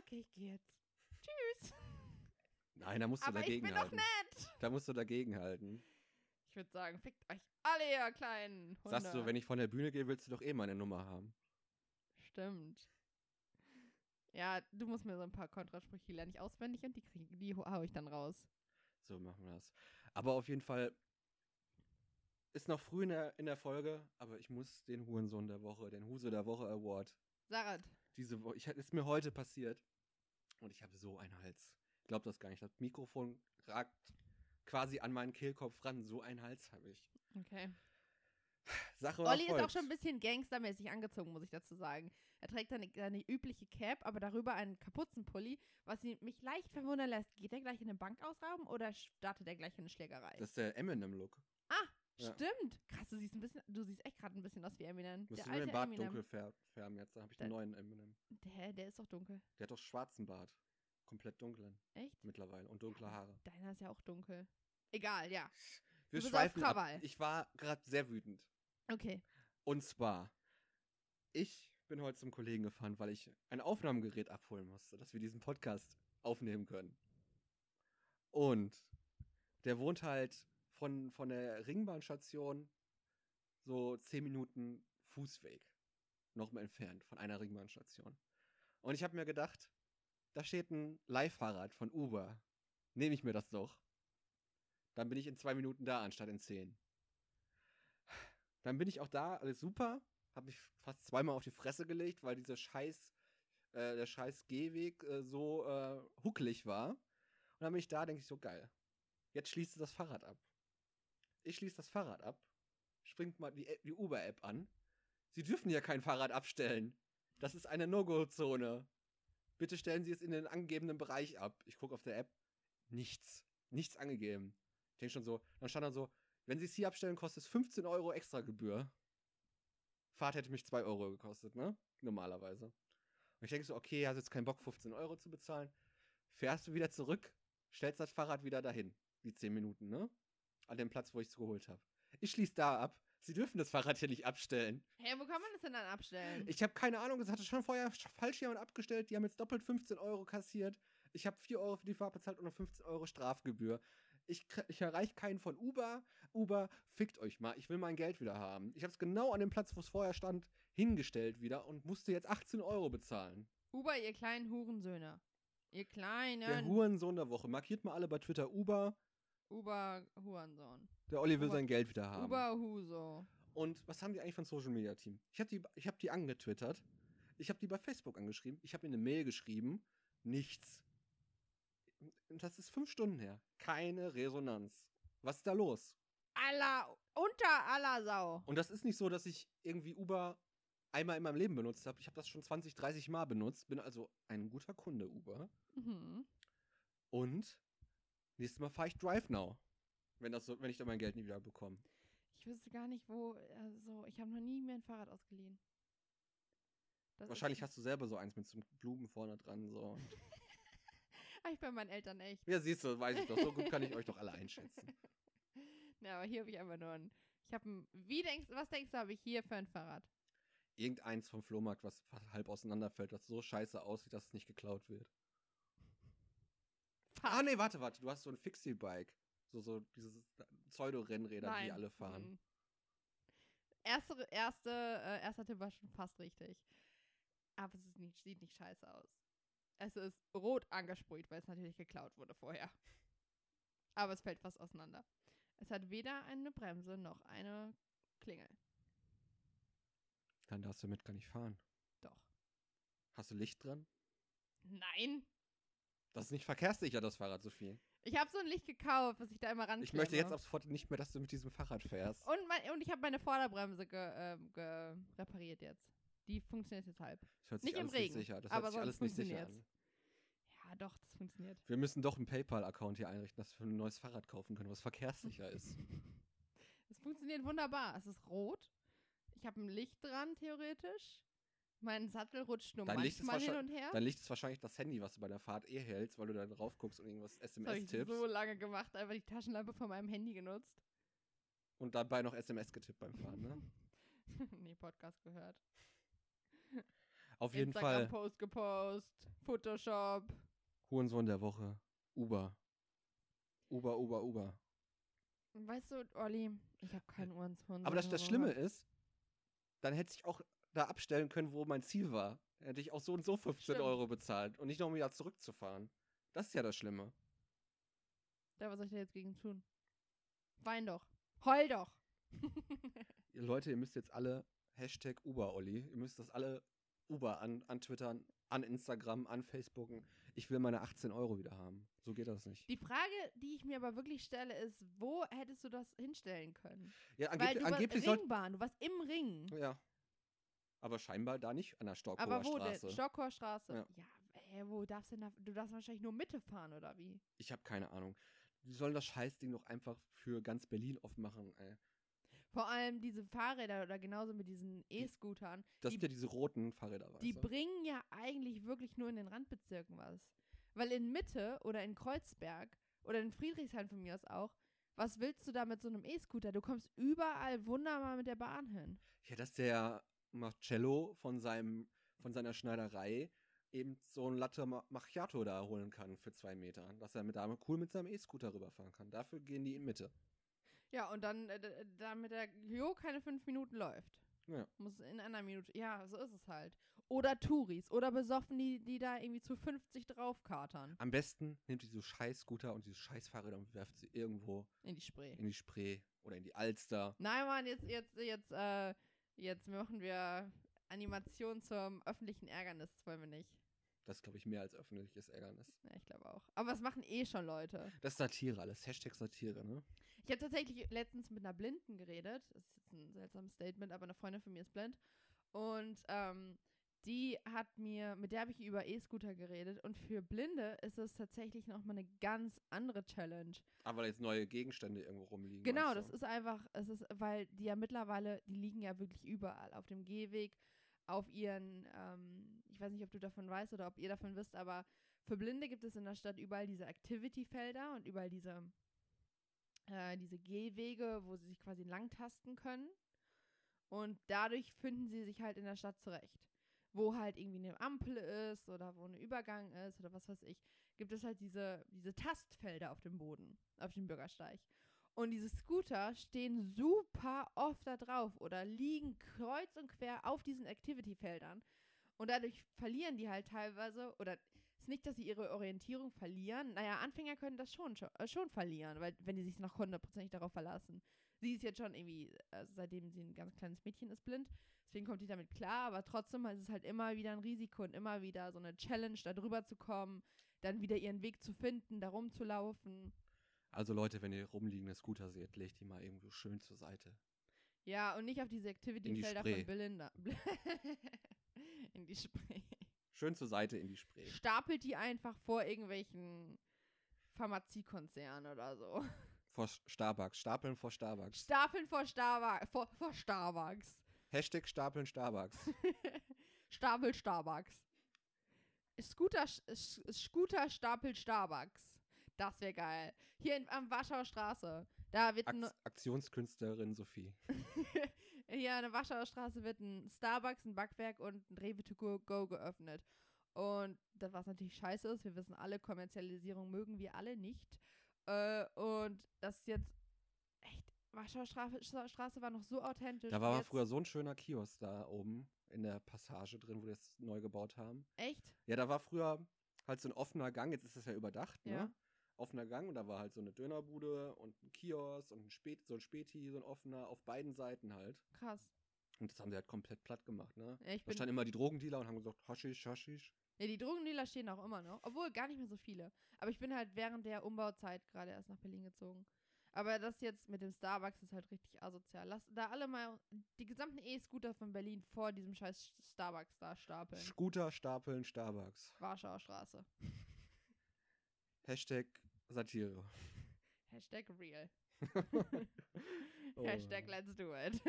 B: Okay, ich gehe jetzt. Tschüss.
A: Nein, da musst du
B: aber ich bin doch
A: dagegenhalten.
B: nett.
A: Da musst du dagegenhalten.
B: Ich würde sagen, fickt euch alle, ihr kleinen Hunde.
A: Sagst du, wenn ich von der Bühne gehe, willst du doch eh meine Nummer haben.
B: Stimmt. Ja, du musst mir so ein paar Kontrasprüche die lerne ich auswendig und die, krieg, die hau- hau ich dann raus.
A: So machen wir das. Aber auf jeden Fall ist noch früh in der, in der Folge, aber ich muss den Hurensohn der Woche, den Huse der Woche Award,
B: Sarat,
A: diese Woche, ich, ist mir heute passiert und ich habe so einen Hals. Ich glaube das gar nicht. Das Mikrofon ragt quasi an meinen Kehlkopf ran. So einen Hals habe ich.
B: okay.
A: Sache oder
B: Olli ist auch
A: Volks?
B: schon ein bisschen gangstermäßig angezogen, muss ich dazu sagen. Er trägt seine, seine übliche Cap, aber darüber einen Kapuzenpulli, was ihn- mich leicht verwundern lässt. Geht er gleich in eine Bank ausrauben oder startet er gleich in eine Schlägerei?
A: Das ist der Eminem-Look. ja.
B: Stimmt. Krass, du siehst ein bisschen, du siehst echt gerade ein bisschen aus wie Eminem.
A: Müsste
B: Der
A: nur
B: alte
A: den Bart
B: Eminem.
A: dunkel fär- färben jetzt. Da habe ich den
B: Der-
A: neuen Eminem.
B: Der, der ist doch dunkel.
A: Der hat doch schwarzen Bart. Komplett dunklen
B: Echt?
A: mittlerweile und dunkle Haare.
B: Deiner ist ja auch dunkel. Egal, ja.
A: Wir
B: bist auf
A: schweifen ab.
B: Krawall.
A: Ich war gerade sehr wütend.
B: Okay.
A: Und zwar, ich bin heute zum Kollegen gefahren, weil ich ein Aufnahmegerät abholen musste, dass wir diesen Podcast aufnehmen können. Und der wohnt halt von, von der Ringbahnstation so zehn Minuten Fußweg nochmal entfernt von einer Ringbahnstation. Und ich habe mir gedacht, da steht ein Leihfahrrad von Uber. Nehme ich mir das doch. Dann bin ich in zwei Minuten da, anstatt in zehn. Dann bin ich auch da, alles super. Habe mich fast zweimal auf die Fresse gelegt, weil diese scheiß äh, der scheiß Gehweg äh, so äh, huckelig war. Und dann bin ich da, denke ich so, geil. Jetzt schließt du das Fahrrad ab. Ich schließe das Fahrrad ab, springt mal die, App- die Uber-App an. Sie dürfen ja kein Fahrrad abstellen. Das ist eine No-Go-Zone. Bitte stellen Sie es in den angegebenen Bereich ab. Ich gucke auf der App, nichts. Nichts angegeben. Ich denke schon so, dann stand dann so, wenn Sie es hier abstellen, kostet es 15 Euro extra Gebühr. Fahrt hätte mich 2 Euro gekostet, ne? Normalerweise. Und ich denke so, okay, hast jetzt keinen Bock, 15 Euro zu bezahlen. Fährst du wieder zurück, stellst das Fahrrad wieder dahin. Die 10 Minuten, ne? An dem Platz, wo ich es geholt habe. Ich schließe da ab. Sie dürfen das Fahrrad hier nicht abstellen.
B: Hä, wo kann man das denn dann abstellen?
A: Ich habe keine Ahnung, das hatte schon vorher sch- falsch jemand abgestellt. Die haben jetzt doppelt 15 Euro kassiert. Ich habe 4 Euro für die Fahrt bezahlt und noch 15 Euro Strafgebühr. Ich, kr- ich erreiche keinen von Uber. Uber, fickt euch mal. Ich will mein Geld wieder haben. Ich habe es genau an dem Platz, wo es vorher stand, hingestellt wieder und musste jetzt 18 Euro bezahlen.
B: Uber, ihr kleinen Hurensöhne.
A: Der
B: Ihr kleinen
A: Hurensohn der Woche. Markiert mal alle bei Twitter Uber.
B: Uber-Hurensohn.
A: Der Olli will
B: Uber-
A: sein Geld wieder haben.
B: Uber-Huso.
A: Und was haben die eigentlich von Social Media Team? Ich habe die, ich hab die angetwittert. Ich habe die bei Facebook angeschrieben. Ich habe ihnen eine Mail geschrieben. Nichts. Und das ist fünf Stunden her. Keine Resonanz. Was ist da los?
B: Aller, unter aller Sau.
A: Und das ist nicht so, dass ich irgendwie Uber einmal in meinem Leben benutzt habe. Ich habe das schon 20, 30 Mal benutzt. Bin also ein guter Kunde Uber.
B: Mhm.
A: Und nächstes Mal fahre ich DriveNow. Wenn, das so, wenn ich da mein Geld nie wieder bekomme.
B: Ich wüsste gar nicht, wo, also ich habe noch nie mir ein Fahrrad ausgeliehen. Das ist-
A: Wahrscheinlich hast du selber so eins mit so Blumen vorne dran. So.
B: Ah, ich bei meinen Eltern echt.
A: Ja, siehst du, weiß ich doch. So gut kann ich euch doch alle einschätzen.
B: Na, aber hier habe ich einfach nur ein. Ich habe ein. Wie denkst was denkst du, habe ich hier für ein Fahrrad?
A: irgendeins vom Flohmarkt, was fa- halb auseinanderfällt, das so scheiße aussieht, dass es nicht geklaut wird. Ah, nee, warte, warte, du hast so ein Fixie-Bike. So, so diese Pseudo-Rennräder, die alle fahren.
B: Mhm. Erste, erste, äh, erster Tipp war schon fast richtig. Aber es ist nicht, sieht nicht scheiße aus. Es ist rot angesprüht, weil es natürlich geklaut wurde vorher. Aber es fällt fast auseinander. Es hat weder eine Bremse noch eine Klingel.
A: Dann darfst du damit gar nicht fahren.
B: Doch.
A: Hast du Licht dran?
B: Nein.
A: Das ist nicht verkehrssicher, das Fahrrad, Sophie.
B: Ich habe so ein Licht gekauft, was ich da immer ran
A: Ich möchte jetzt ab sofort nicht mehr, dass du mit diesem Fahrrad fährst.
B: ne? Und, mein, und ich habe meine Vorderbremse ge, ähm, ge repariert jetzt. Die funktioniert jetzt halb.
A: Das hört sich
B: Nicht im
A: alles
B: Regen.
A: nicht sicher. Das hört sich
B: aber sonst
A: alles nicht sicher
B: funktioniert's.
A: an.
B: Ja, doch, das funktioniert.
A: Wir müssen doch einen PayPal-Account hier einrichten, dass wir ein neues Fahrrad kaufen können, was verkehrssicher ist.
B: Es funktioniert wunderbar. Es ist rot. Ich habe ein Licht dran, theoretisch. Mein Sattel rutscht nur
A: Dein Licht ist
B: manchmal hin und
A: wahrscheinlich-
B: her.
A: Dein Licht ist wahrscheinlich das Handy, was du bei der Fahrt eh hältst, weil du da drauf guckst und irgendwas
B: Das habe ich
A: SMS tippst.
B: so lange gemacht, einfach die Taschenlampe von meinem Handy genutzt.
A: Und dabei noch SMS getippt beim Fahren, ne?
B: nee, Podcast gehört.
A: Auf jeden Fall,
B: Instagram-Post gepost, Photoshop.
A: Hurensohn der Woche. Uber. Uber, Uber, Uber.
B: Weißt du, Olli, ich habe keinen Uhrenshund.
A: Aber das, das Schlimme ist, dann hätte ich auch da abstellen können, wo mein Ziel war. Dann hätte ich auch so und so 15
B: Stimmt.
A: Euro bezahlt und nicht noch um wieder zurückzufahren. Das ist ja das Schlimme.
B: Ja, was soll ich da jetzt gegen tun? Wein doch. Heul doch.
A: Ihr Leute, ihr müsst jetzt alle Hashtag Uber-Olli, ihr müsst das alle Uber an, an Twittern, an Instagram, an Facebooken. Ich will meine 18 Euro wieder haben. So geht das nicht.
B: Die Frage, die ich mir aber wirklich stelle, ist, wo hättest du das hinstellen können?
A: Ja,
B: Weil
A: angeb
B: du
A: angeblich
B: warst
A: sollte.
B: Ringbahn, du warst im Ring.
A: Ja. Aber scheinbar da nicht, an der Storkower
B: Aber wo
A: Straße.
B: denn? Stockhoer Straße.
A: Ja.
B: Ja, ey, wo darfst du denn da, du darfst wahrscheinlich nur Mitte fahren oder wie?
A: Ich habe keine Ahnung. Die sollen das Scheißding doch einfach für ganz Berlin offen machen, ey.
B: Vor allem diese Fahrräder oder genauso mit diesen E-Scootern,
A: Das
B: Die-
A: sind ja diese roten Fahrräder, weißt
B: die
A: du?
B: bringen ja eigentlich wirklich nur in den Randbezirken was. Weil in Mitte oder in Kreuzberg oder in Friedrichshain von mir aus auch, was willst du da mit so einem E-Scooter? Du kommst überall wunderbar mit der Bahn hin.
A: Ja, dass der Marcello von seinem, von seiner Schneiderei eben so ein Latte Ma- Macchiato da holen kann für zwei Meter. Dass er mit da cool mit seinem E-Scooter rüberfahren kann. Dafür gehen die in Mitte.
B: Ja, und dann, äh, d- damit der Jo keine fünf Minuten läuft.
A: Ja.
B: Muss in einer Minute. Ja, so ist es halt. Oder Touris. Oder besoffen, die, die da irgendwie zu 50 draufkatern.
A: Am besten nimmt diese Scheiß-Scooter und diese Scheiß-Fahrräder und werft sie irgendwo
B: In die Spree.
A: in die Spree oder in die Alster.
B: Nein, Mann, jetzt, jetzt, jetzt, äh, jetzt machen wir Animation zum öffentlichen Ärgernis, das wollen wir nicht.
A: Das ist, glaube ich, mehr als öffentliches Ärgernis.
B: Ja, ich glaube auch. Aber es machen eh schon Leute.
A: Das ist Satire alles. Hashtag Satire, ne?
B: Ich habe tatsächlich letztens mit einer Blinden geredet. Das ist jetzt ein seltsames Statement, aber eine Freundin von mir ist blind. Und ähm, die hat mir, mit der habe ich über E-Scooter geredet. Und für Blinde ist es tatsächlich nochmal eine ganz andere Challenge.
A: Aber jetzt neue Gegenstände irgendwo rumliegen.
B: Genau,
A: meinst
B: das
A: du?
B: ist einfach, es ist, weil die ja mittlerweile, die liegen ja wirklich überall. Auf dem Gehweg, auf ihren, ähm, ich weiß nicht, ob du davon weißt oder ob ihr davon wisst, aber für Blinde gibt es in der Stadt überall diese Activity-Felder und überall diese, äh, diese Gehwege, wo sie sich quasi langtasten können. Und dadurch finden sie sich halt in der Stadt zurecht. Wo halt irgendwie eine Ampel ist oder wo ein Übergang ist oder was weiß ich, gibt es halt diese, diese Tastfelder auf dem Boden, auf dem Bürgersteig. Und diese Scooter stehen super oft da drauf oder liegen kreuz und quer auf diesen Activity-Feldern. Und dadurch verlieren die halt teilweise, oder es ist nicht, dass sie ihre Orientierung verlieren. Naja, Anfänger können das schon, schon, äh, schon verlieren, weil wenn die sich noch hundertprozentig darauf verlassen. Sie ist jetzt schon irgendwie, also seitdem sie ein ganz kleines Mädchen ist, blind. Deswegen kommt die damit klar, aber trotzdem ist es halt immer wieder ein Risiko und immer wieder so eine Challenge, da drüber zu kommen, dann wieder ihren Weg zu finden, da rumzulaufen.
A: Also Leute, wenn ihr rumliegende Scooter seht, legt die mal irgendwo schön zur Seite.
B: Ja, und nicht auf diese Activity-Felder
A: Spree.
B: von Belinda. in die Spree.
A: Schön zur Seite in die Spree.
B: Stapelt die einfach vor irgendwelchen Pharmaziekonzernen oder so.
A: Vor S- Starbucks. Stapeln vor Starbucks.
B: Stapeln vor Starbucks. Vor, vor Starbucks.
A: Hashtag Stapeln Starbucks.
B: Stapel Starbucks. Scooter, Sch- Scooter Stapel Starbucks. Das wäre geil. Hier in, am Warschauer Straße. Da wird ein,
A: Akt Aktionskünstlerin Sophie.
B: Hier an der Warschauer Straße wird ein Starbucks, ein Backwerk und ein Rewe to go, go geöffnet. Und das, was natürlich scheiße ist, wir wissen alle, Kommerzialisierung mögen wir alle nicht. Äh, und das ist jetzt echt, Warschauer Stra Straße war noch so authentisch.
A: Da war aber
B: jetzt-
A: früher so ein schöner Kiosk da oben in der Passage drin, wo die das neu gebaut haben.
B: Echt?
A: Ja, da war früher halt so ein offener Gang, jetzt ist das ja überdacht, ne?
B: Ja.
A: Offener Gang und da war halt so eine Dönerbude und ein Kiosk und ein Spät so ein Späti, so ein offener, auf beiden Seiten halt.
B: Krass.
A: Und das haben sie halt komplett platt gemacht, ne?
B: Ja, ich
A: Da
B: bin,
A: standen immer die Drogendealer und haben gesagt, Haschisch, Haschisch.
B: ja, Ne, die Drogendealer stehen auch immer noch. Obwohl, gar nicht mehr so viele. Aber ich bin halt während der Umbauzeit gerade erst nach Berlin gezogen. Aber das jetzt mit dem Starbucks ist halt richtig asozial. Lass da alle mal die gesamten E-Scooter von Berlin vor diesem scheiß Starbucks da stapeln.
A: Scooter stapeln Starbucks.
B: Warschauer Straße.
A: Hashtag Satire.
B: Hashtag real.
A: Oh.
B: Hashtag let's do it.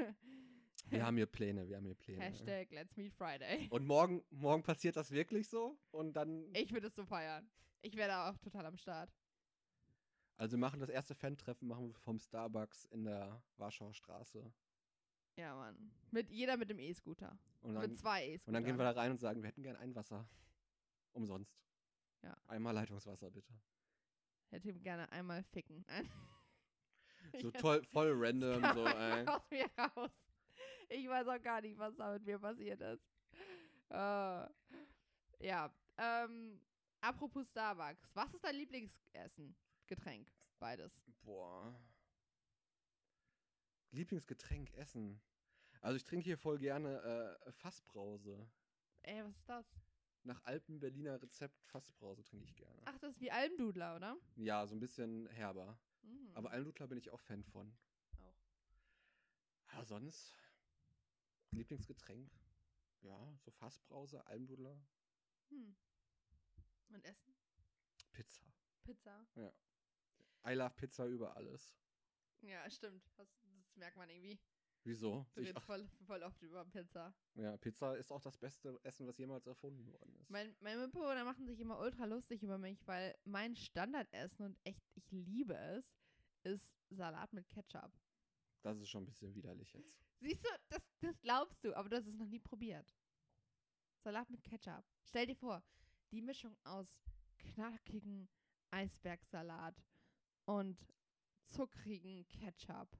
A: Wir haben hier Pläne, wir haben hier Pläne.
B: Hashtag let's meet Friday.
A: Und morgen, morgen passiert das wirklich so? Und dann.
B: Ich würde es so feiern. Ich wäre da auch total am Start.
A: Also wir machen das erste Fan-Treffen machen wir vom Starbucks in der Warschauer Straße.
B: Ja, Mann. Mit jeder mit dem E-Scooter.
A: Und dann,
B: Mit zwei E E-Scootern.
A: und dann gehen wir da rein und sagen, wir hätten gern ein Wasser. Umsonst.
B: Ja.
A: Einmal Leitungswasser, bitte.
B: Hätte ihm gerne einmal ficken.
A: So toll, voll random, so, ey.
B: Jetzt aus mir raus. Ich weiß auch gar nicht, was da mit mir passiert ist. Äh, ja. Ähm, apropos Starbucks. Was ist dein Lieblingsessen? Getränk. Beides.
A: Boah. Lieblingsgetränk essen. Also ich trinke hier voll gerne äh, Fassbrause.
B: Ey, was ist das?
A: Nach Alpen-Berliner Rezept Fassbrause trinke ich gerne.
B: Ach, das ist wie Almdudler, oder?
A: Ja, so ein bisschen herber.
B: Mhm.
A: Aber Almdudler bin ich auch Fan von.
B: Auch.
A: Ja, sonst Lieblingsgetränk. Ja, so Fassbrause, Almdudler,
B: Hm. Und Essen?
A: Pizza.
B: Pizza.
A: I love Pizza über alles.
B: Ja, stimmt. Das, das merkt man irgendwie.
A: Wieso?
B: Du
A: Ich-
B: redest
A: ach,
B: voll, voll oft über Pizza.
A: ja, Pizza ist auch das beste Essen, was jemals erfunden worden ist.
B: Mein, mein Mitbewohner machen sich immer ultra lustig über mich, weil mein Standardessen und echt, ich liebe es, ist Salat mit Ketchup.
A: das ist schon ein bisschen widerlich jetzt.
B: Siehst du, das, das glaubst du, aber du hast es noch nie probiert. Salat mit Ketchup. Stell dir vor, die Mischung aus knackigen Eisbergsalat und zuckrigen Ketchup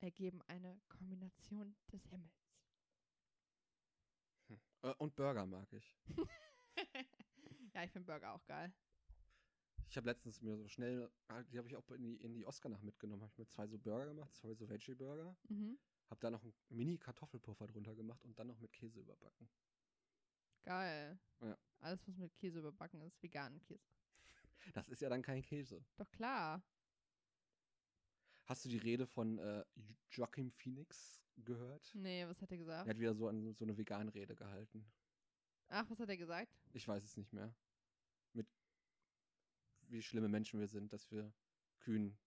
B: ergeben eine Kombination des Himmels.
A: Äh, und Burger mag ich.
B: ja, ich finde Burger auch geil.
A: Ich habe letztens mir so schnell, ah, die habe ich auch in die, in die Oscar-Nacht mitgenommen, habe ich mir zwei so Burger gemacht, zwei so Veggie-Burger.
B: Mhm.
A: Hab da noch einen Mini-Kartoffelpuffer drunter gemacht und dann noch mit Käse überbacken.
B: Geil.
A: Ja.
B: Alles, was mit Käse überbacken ist, veganen Käse.
A: Das ist ja dann kein Käse.
B: Doch klar.
A: Hast du die Rede von äh, Joachim Phoenix gehört?
B: Nee, was hat er gesagt?
A: Er hat wieder so, an, so eine Vegan-Rede gehalten.
B: Ach, was hat er gesagt?
A: Ich weiß es nicht mehr. Mit wie schlimme Menschen wir sind, dass wir Kühen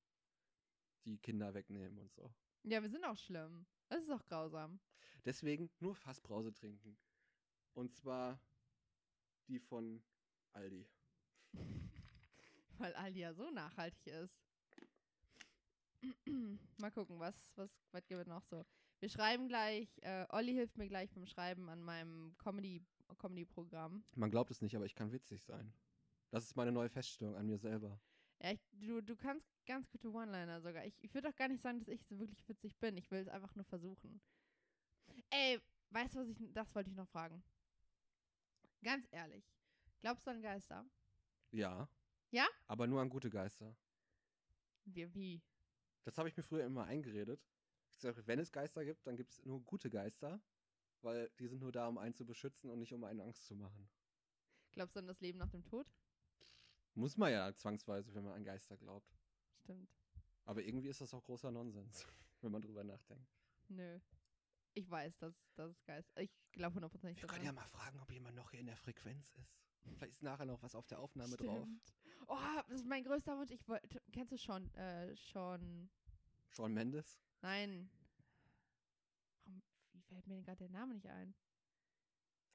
A: die Kinder wegnehmen und so.
B: Ja, wir sind auch schlimm. Es ist auch grausam.
A: Deswegen nur Fassbrause trinken. Und zwar die von Aldi.
B: Weil Aldi ja so nachhaltig ist. Mal gucken, was, was, was gibt es noch so? Wir schreiben gleich, äh, Olli hilft mir gleich beim Schreiben an meinem Comedy- Comedy-Programm.
A: Man glaubt es nicht, aber ich kann witzig sein. Das ist meine neue Feststellung an mir selber.
B: ja, ich, du, du kannst ganz gute One-Liner sogar. Ich, ich würde auch gar nicht sagen, dass ich so wirklich witzig bin. Ich will es einfach nur versuchen. Ey, weißt du, was ich. Das wollte ich noch fragen. Ganz ehrlich. Glaubst du an Geister?
A: Ja.
B: Ja?
A: Aber nur an gute Geister.
B: Wie? wie?
A: Das habe ich mir früher immer eingeredet. Ich sage, wenn es Geister gibt, dann gibt es nur gute Geister, weil die sind nur da, um einen zu beschützen und nicht um einen Angst zu machen.
B: Glaubst du an das Leben nach dem Tod?
A: Muss man ja zwangsweise, wenn man an Geister glaubt.
B: Stimmt.
A: Aber irgendwie ist das auch großer Nonsens, wenn man drüber nachdenkt.
B: Nö. Ich weiß, dass das ist Geister. Ich glaube hundertprozentig.
A: Wir
B: dass
A: können
B: er-
A: ja mal fragen, ob jemand noch hier in der Frequenz ist. Vielleicht ist nachher noch was auf der Aufnahme drauf.
B: Stimmt. Oh, das ist mein größter Wunsch. Ich wollte. Kennst du schon? Äh, schon.
A: Sean Mendes?
B: Nein. Warum, wie fällt mir denn gerade der Name nicht ein?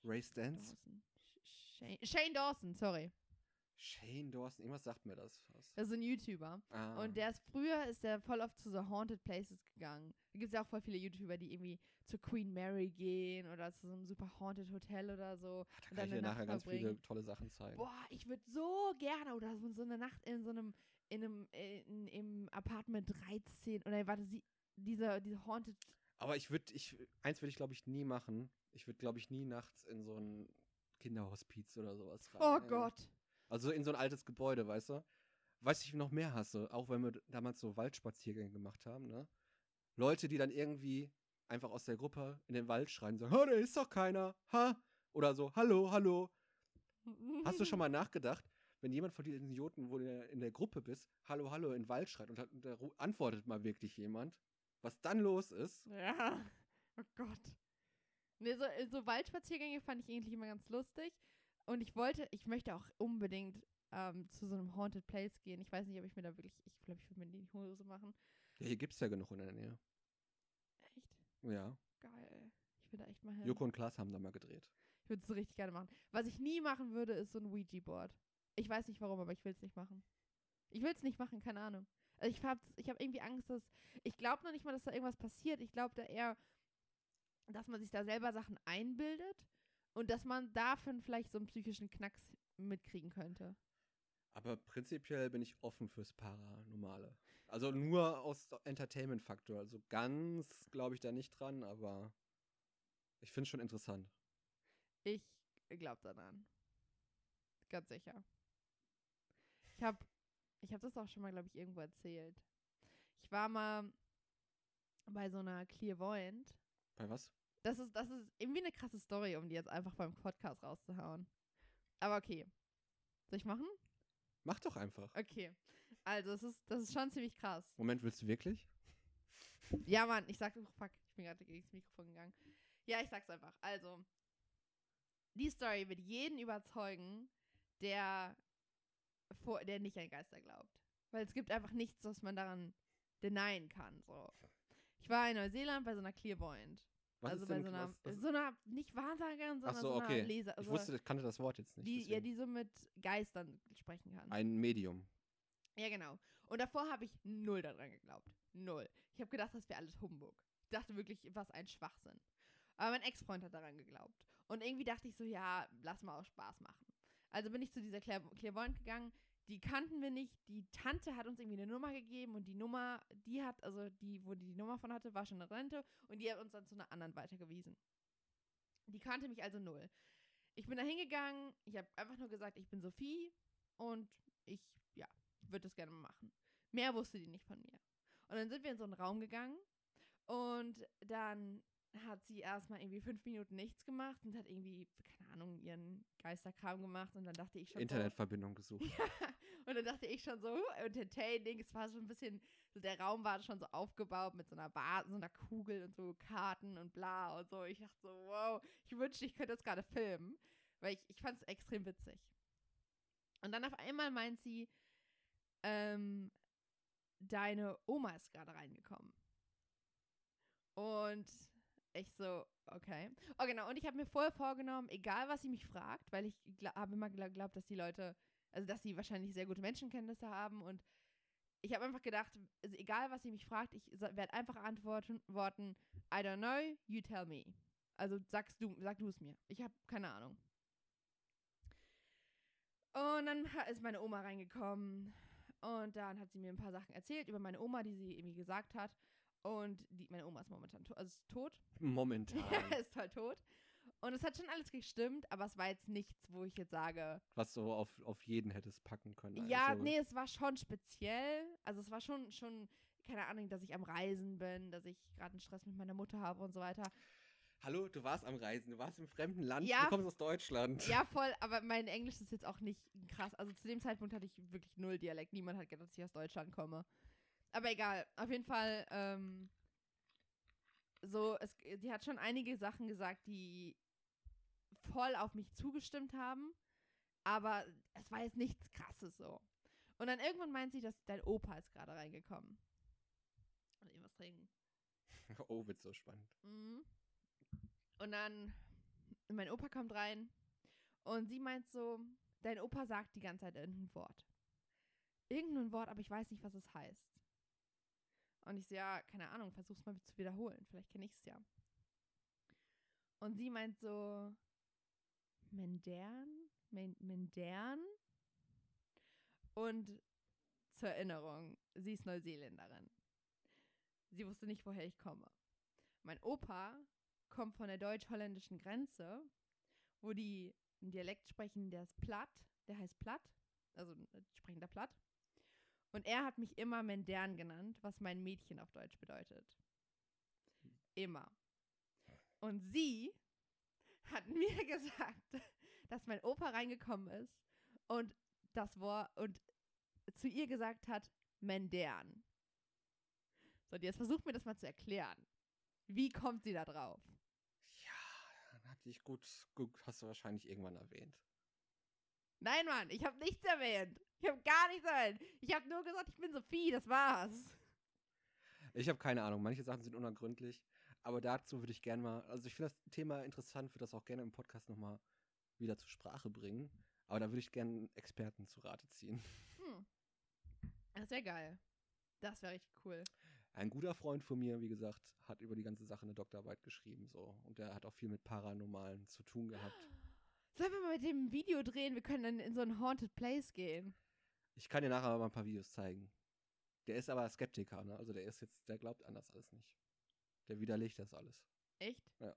A: Ray Stantz?
B: Dawson. Sh- Shane, Shane Dawson, sorry.
A: Shane Dawson? Irgendwas sagt mir das. Was.
B: Das ist ein YouTuber.
A: Ah.
B: Und der ist früher ist der voll oft zu so Haunted Places gegangen. Da gibt es ja auch voll viele YouTuber, die irgendwie zu Queen Mary gehen oder zu so einem super Haunted Hotel oder so.
A: da kann
B: und dann
A: ich dir
B: eine Nacht
A: nachher ganz viele
B: verbringen.
A: tolle Sachen zeigen.
B: Boah, ich würde so gerne oder so, so eine Nacht in so einem, in einem, in, im Apartment 13 oder warte, sie, diese, diese Haunted.
A: Aber ich würde, ich, eins würde ich glaube ich nie machen. Ich würde glaube ich nie nachts in so ein Kinderhospiz oder sowas rein.
B: Oh
A: Äh,
B: Gott.
A: Also in so ein altes Gebäude, weißt du? Weiß ich noch mehr hasse, auch wenn wir d- damals so Waldspaziergänge gemacht haben, ne? Leute, die dann irgendwie einfach aus der Gruppe in den Wald schreien, sagen, oh, da ist doch keiner, ha? Oder so, hallo, hallo. Hast du schon mal nachgedacht, wenn jemand von diesen Idioten, wo du in der- in der Gruppe bist, hallo, hallo in den Wald schreit und da, da ru- antwortet mal wirklich jemand, was dann los ist?
B: Ja. Oh Gott. Nee, so, äh, so Waldspaziergänge fand ich eigentlich immer ganz lustig. Und ich wollte, ich möchte auch unbedingt ähm, zu so einem Haunted Place gehen. Ich weiß nicht, ob ich mir da wirklich, ich glaube, ich würde mir die Hose machen.
A: Ja, hier gibt's ja genug in der Nähe.
B: Echt
A: Ja.
B: geil. Ich will da echt mal hin.
A: Joko und Klaas haben da mal gedreht.
B: Ich würde es richtig gerne machen. Was ich nie machen würde, ist so ein Ouija-Board. Ich weiß nicht warum, aber ich will es nicht machen. Ich will es nicht machen, keine Ahnung. Also ich habe ich hab irgendwie Angst, dass. Ich glaube noch nicht mal, dass da irgendwas passiert. Ich glaube da eher, dass man sich da selber Sachen einbildet und dass man davon vielleicht so einen psychischen Knacks mitkriegen könnte.
A: Aber prinzipiell bin ich offen fürs Paranormale. Also nur aus Entertainment-Faktor. Also ganz glaube ich da nicht dran, aber ich finde es schon interessant.
B: Ich glaube daran. Ganz sicher. Ich habe ich hab das auch schon mal, glaube ich, irgendwo erzählt. Ich war mal bei so einer Clairvoyant.
A: Bei was?
B: Das ist, das ist irgendwie eine krasse Story, um die jetzt einfach beim Podcast rauszuhauen. Aber okay. Soll ich machen?
A: Mach doch einfach.
B: Okay. Also, es ist, das ist schon ziemlich krass.
A: Moment, willst du wirklich?
B: Ja, Mann, ich sag's, oh fuck, ich bin gerade gegen das Mikrofon gegangen. Ja, ich sag's einfach. Also, die Story wird jeden überzeugen, der, vor, der nicht an Geister glaubt. Weil es gibt einfach nichts, was man daran denyen kann. So. Ich war in Neuseeland bei so einer Clairvoyant.
A: Was
B: also
A: ist
B: bei
A: denn
B: so einer,
A: was- was-
B: so einer, nicht Wahrsagerin, sondern
A: Ach
B: so
A: so,
B: einer
A: okay.
B: Leser.
A: ich
B: Also
A: wusste, ich kannte das Wort jetzt nicht.
B: die, ja,
A: deswegen.
B: die so mit Geistern sprechen kann.
A: Ein Medium.
B: Ja, genau. Und davor habe ich null daran geglaubt. Null. Ich habe gedacht, das wäre alles Humbug. Ich dachte wirklich, was ein Schwachsinn. Aber mein Ex-Freund hat daran geglaubt. Und irgendwie dachte ich so, ja, lass mal auch Spaß machen. Also bin ich zu dieser Clair Clairvoyant gegangen. Die kannten wir nicht. Die Tante hat uns irgendwie eine Nummer gegeben und die Nummer, die hat, also die, wo die die Nummer von hatte, war schon eine Rente und die hat uns dann zu einer anderen weitergewiesen. Die kannte mich also null. Ich bin da hingegangen, ich habe einfach nur gesagt, ich bin Sophie und ich, ja, würde das gerne mal machen. Mehr wusste die nicht von mir. Und dann sind wir in so einen Raum gegangen Und dann hat sie erstmal irgendwie fünf Minuten nichts gemacht und hat irgendwie, keine Ahnung, ihren Geisterkram gemacht. Und dann dachte ich schon.
A: Internetverbindung gesucht.
B: So, und dann dachte ich schon so, huh, entertaining. Es war so ein bisschen, so der Raum war schon so aufgebaut mit so einer Vase, so einer Kugel und so Karten und bla und so. Ich dachte so, wow, ich wünschte, ich könnte das gerade filmen. Weil ich, ich fand es extrem witzig. Und dann auf einmal meint sie, ähm, deine Oma ist gerade reingekommen. Und ich so, okay. Oh genau, und ich habe mir vorher vorgenommen, egal was sie mich fragt, weil ich gla- habe immer geglaubt, dass die Leute, also dass sie wahrscheinlich sehr gute Menschenkenntnisse haben und ich habe einfach gedacht, also egal was sie mich fragt, ich werde einfach antworten, worten, I don't know, you tell me. Also sagst du, sag du es mir. Ich habe keine Ahnung. Und dann ha- ist meine Oma reingekommen und dann hat sie mir ein paar Sachen erzählt über meine Oma, die sie irgendwie gesagt hat. Und die, meine Oma ist momentan to also ist tot.
A: Momentan.
B: Er ist halt tot. Und es hat schon alles gestimmt, aber es war jetzt nichts, wo ich jetzt sage,
A: was so auf, auf jeden hätte es packen können.
B: ja,
A: also,
B: nee, es war schon speziell. Also es war schon, schon, keine Ahnung, dass ich am Reisen bin, dass ich gerade einen Stress mit meiner Mutter habe und so weiter.
A: Hallo, du warst am Reisen, du warst im fremden Land,
B: Ja.
A: du kommst aus Deutschland.
B: Ja, voll, aber mein Englisch ist jetzt auch nicht krass. Also zu dem Zeitpunkt hatte ich wirklich null Dialekt. Niemand hat gedacht, dass ich aus Deutschland komme. Aber egal, auf jeden Fall, ähm, so, es, die hat schon einige Sachen gesagt, die voll auf mich zugestimmt haben, aber es war jetzt nichts krasses so. Und dann irgendwann meint sie, dass dein Opa ist gerade reingekommen. Und irgendwas trinken.
A: Oh, wird so spannend.
B: Mhm. Und dann, mein Opa kommt rein und sie meint so, dein Opa sagt die ganze Zeit irgendein Wort. Irgendein Wort, aber ich weiß nicht, was es heißt. Und ich so, ja, keine Ahnung, versuch's mal zu wiederholen, vielleicht kenne ich's ja. Und sie meint so, Mendern, Men- Mendern. Und zur Erinnerung, sie ist Neuseeländerin. Sie wusste nicht, woher ich komme. Mein Opa kommt von der deutsch-holländischen Grenze, wo die einen Dialekt sprechen, der ist platt, der heißt platt, also äh, sprechen da platt. Und er hat mich immer Mendern genannt, was mein Mädchen auf Deutsch bedeutet. Immer. Und sie hat mir gesagt, dass mein Opa reingekommen ist und das Wort und zu ihr gesagt hat, Mendern. So, und jetzt versucht mir das mal zu erklären. Wie kommt sie da drauf?
A: Ja, dann hatte ich gut, gut, hast du wahrscheinlich irgendwann erwähnt.
B: Nein, Mann, ich habe nichts erwähnt. Ich habe gar nichts erwähnt. Ich habe nur gesagt, ich bin Sophie, das war's.
A: Ich habe keine Ahnung, manche Sachen sind unergründlich, aber dazu würde ich gerne mal, also ich finde das Thema interessant, würde das auch gerne im Podcast nochmal wieder zur Sprache bringen, aber da würde ich gerne einen Experten zu Rate ziehen.
B: Hm. Das wäre geil. Das wäre richtig cool.
A: Ein guter Freund von mir, wie gesagt, hat über die ganze Sache eine Doktorarbeit geschrieben, so, und der hat auch viel mit Paranormalen zu tun gehabt.
B: Sollen wir mal mit dem Video drehen? Wir können dann in so ein Haunted Place gehen.
A: Ich kann dir nachher mal ein paar Videos zeigen. Der ist aber Skeptiker, ne? Also der ist jetzt, der glaubt an das alles nicht. Der widerlegt das alles.
B: Echt?
A: Ja.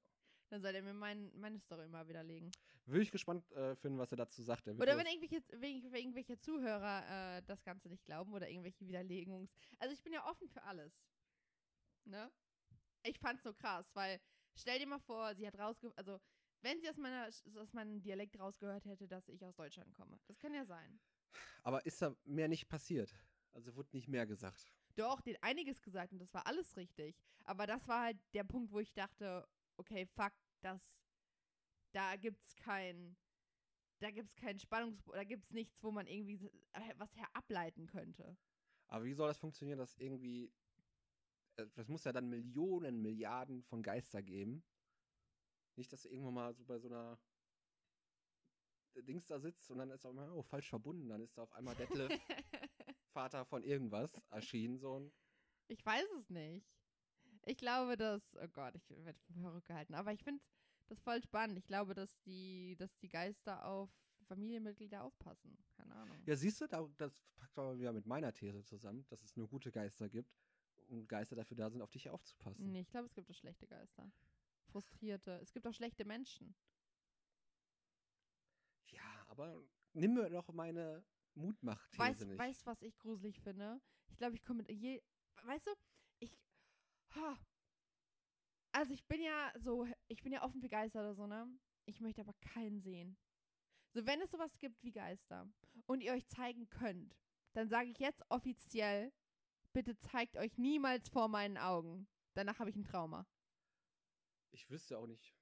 B: Dann soll er mir mein, meine Story mal widerlegen.
A: Würde ich gespannt äh, finden, was er dazu sagt. Der wird
B: Oder
A: mir
B: wenn irgendwelche, wegen- wenn irgendwelche Zuhörer äh, das Ganze nicht glauben oder irgendwelche Widerlegungs. Also ich bin ja offen für alles. Ne? Ich fand's so krass, weil stell dir mal vor, sie hat rausge... Also wenn sie aus, meiner, aus meinem Dialekt rausgehört hätte, dass ich aus Deutschland komme. Das kann ja sein.
A: Aber ist da mehr nicht passiert? Also wurde nicht mehr gesagt.
B: Doch, den einiges gesagt und das war alles richtig. Aber das war halt der Punkt, wo ich dachte, okay, fuck, das, da gibt's kein, da gibt's keinen Spannungs, da gibt's nichts, wo man irgendwie s- äh, was her ableiten könnte.
A: Aber wie soll das funktionieren, dass irgendwie. äh, Das muss ja dann Millionen, Milliarden von Geister geben. Nicht, dass du irgendwann mal so bei so einer äh, Dings da sitzt und dann ist auf einmal, oh, falsch verbunden. Dann ist da auf einmal Detlef, Vater von irgendwas, erschienen. So ein,
B: ich weiß es nicht. Ich glaube, dass, oh Gott, ich werde vom Verrückt gehalten. Aber ich finde das voll spannend. Ich glaube, dass die, dass die Geister auf Familienmitglieder aufpassen. Keine Ahnung.
A: ja, siehst du, da, das packt aber wieder mit meiner These zusammen, dass es nur gute Geister gibt und Geister dafür da sind, auf dich aufzupassen.
B: Nee, ich glaube, es gibt auch schlechte Geister. Frustrierte. Es gibt auch schlechte Menschen.
A: Ja, aber nimm mir doch meine Mutmacht-These
B: Weißt
A: nicht.
B: du, weißt, du, was ich gruselig finde? Ich glaube, ich komme mit je. Weißt du, ich. Ha, also ich bin ja so, ich bin ja offen für Geister oder so, ne? Ich möchte aber keinen sehen. So, wenn es sowas gibt wie Geister und ihr euch zeigen könnt, dann sage ich jetzt offiziell, bitte zeigt euch niemals vor meinen Augen. Danach habe ich ein Trauma.
A: Ich wüsste auch nicht.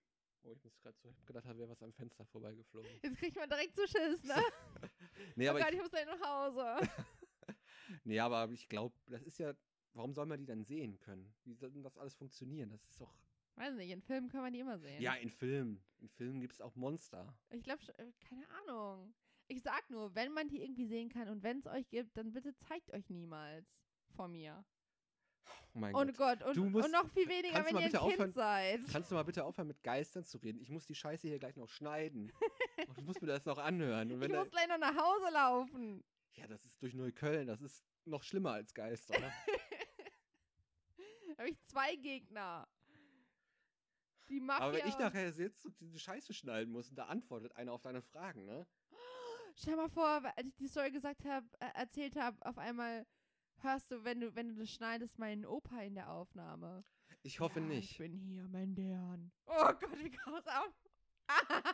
A: Oh, ich muss gerade so ich hab gedacht, da wäre was am Fenster vorbeigeflogen.
B: Jetzt kriegt man direkt zu Schiss, ne?
A: Nee,
B: oh
A: aber
B: Gott, ich,
A: ich,
B: muss gleich nach Hause.
A: nee, aber ich glaube, das ist ja. Warum soll man die dann sehen können? Wie soll denn das alles funktionieren? Das ist doch.
B: Weiß nicht, in Filmen kann man die immer sehen.
A: Ja, in Filmen. In Filmen gibt es auch Monster.
B: Ich glaube, keine Ahnung. Ich sag nur, wenn man die irgendwie sehen kann und wenn es euch gibt, dann bitte zeigt euch niemals vor mir.
A: Oh mein
B: Und
A: Gott.
B: Gott, und,
A: Du musst-
B: und noch viel weniger,
A: kannst du
B: wenn
A: mal bitte
B: ihr ein Kind
A: aufhören?
B: seid.
A: Kannst du mal bitte aufhören, mit Geistern zu reden? Ich muss die Scheiße hier gleich noch schneiden. Und ich muss mir das noch anhören. Und wenn
B: ich
A: da,
B: muss gleich noch nach Hause laufen.
A: ja, das ist durch Neukölln. Das ist noch schlimmer als Geister.
B: Da habe ich zwei Gegner. Die Mafia.
A: aber wenn ich
B: und-
A: nachher sitze und diese Scheiße schneiden muss und da antwortet einer auf deine Fragen, ne?
B: Stell mal vor, als ich die Story gesagt habe, äh, erzählt habe, auf einmal hörst du, wenn du, wenn du das schneidest, meinen Opa in der Aufnahme.
A: Ich hoffe
B: ja, Ich
A: nicht.
B: bin hier, mein Dern. Oh Gott, wie grausam. Ah,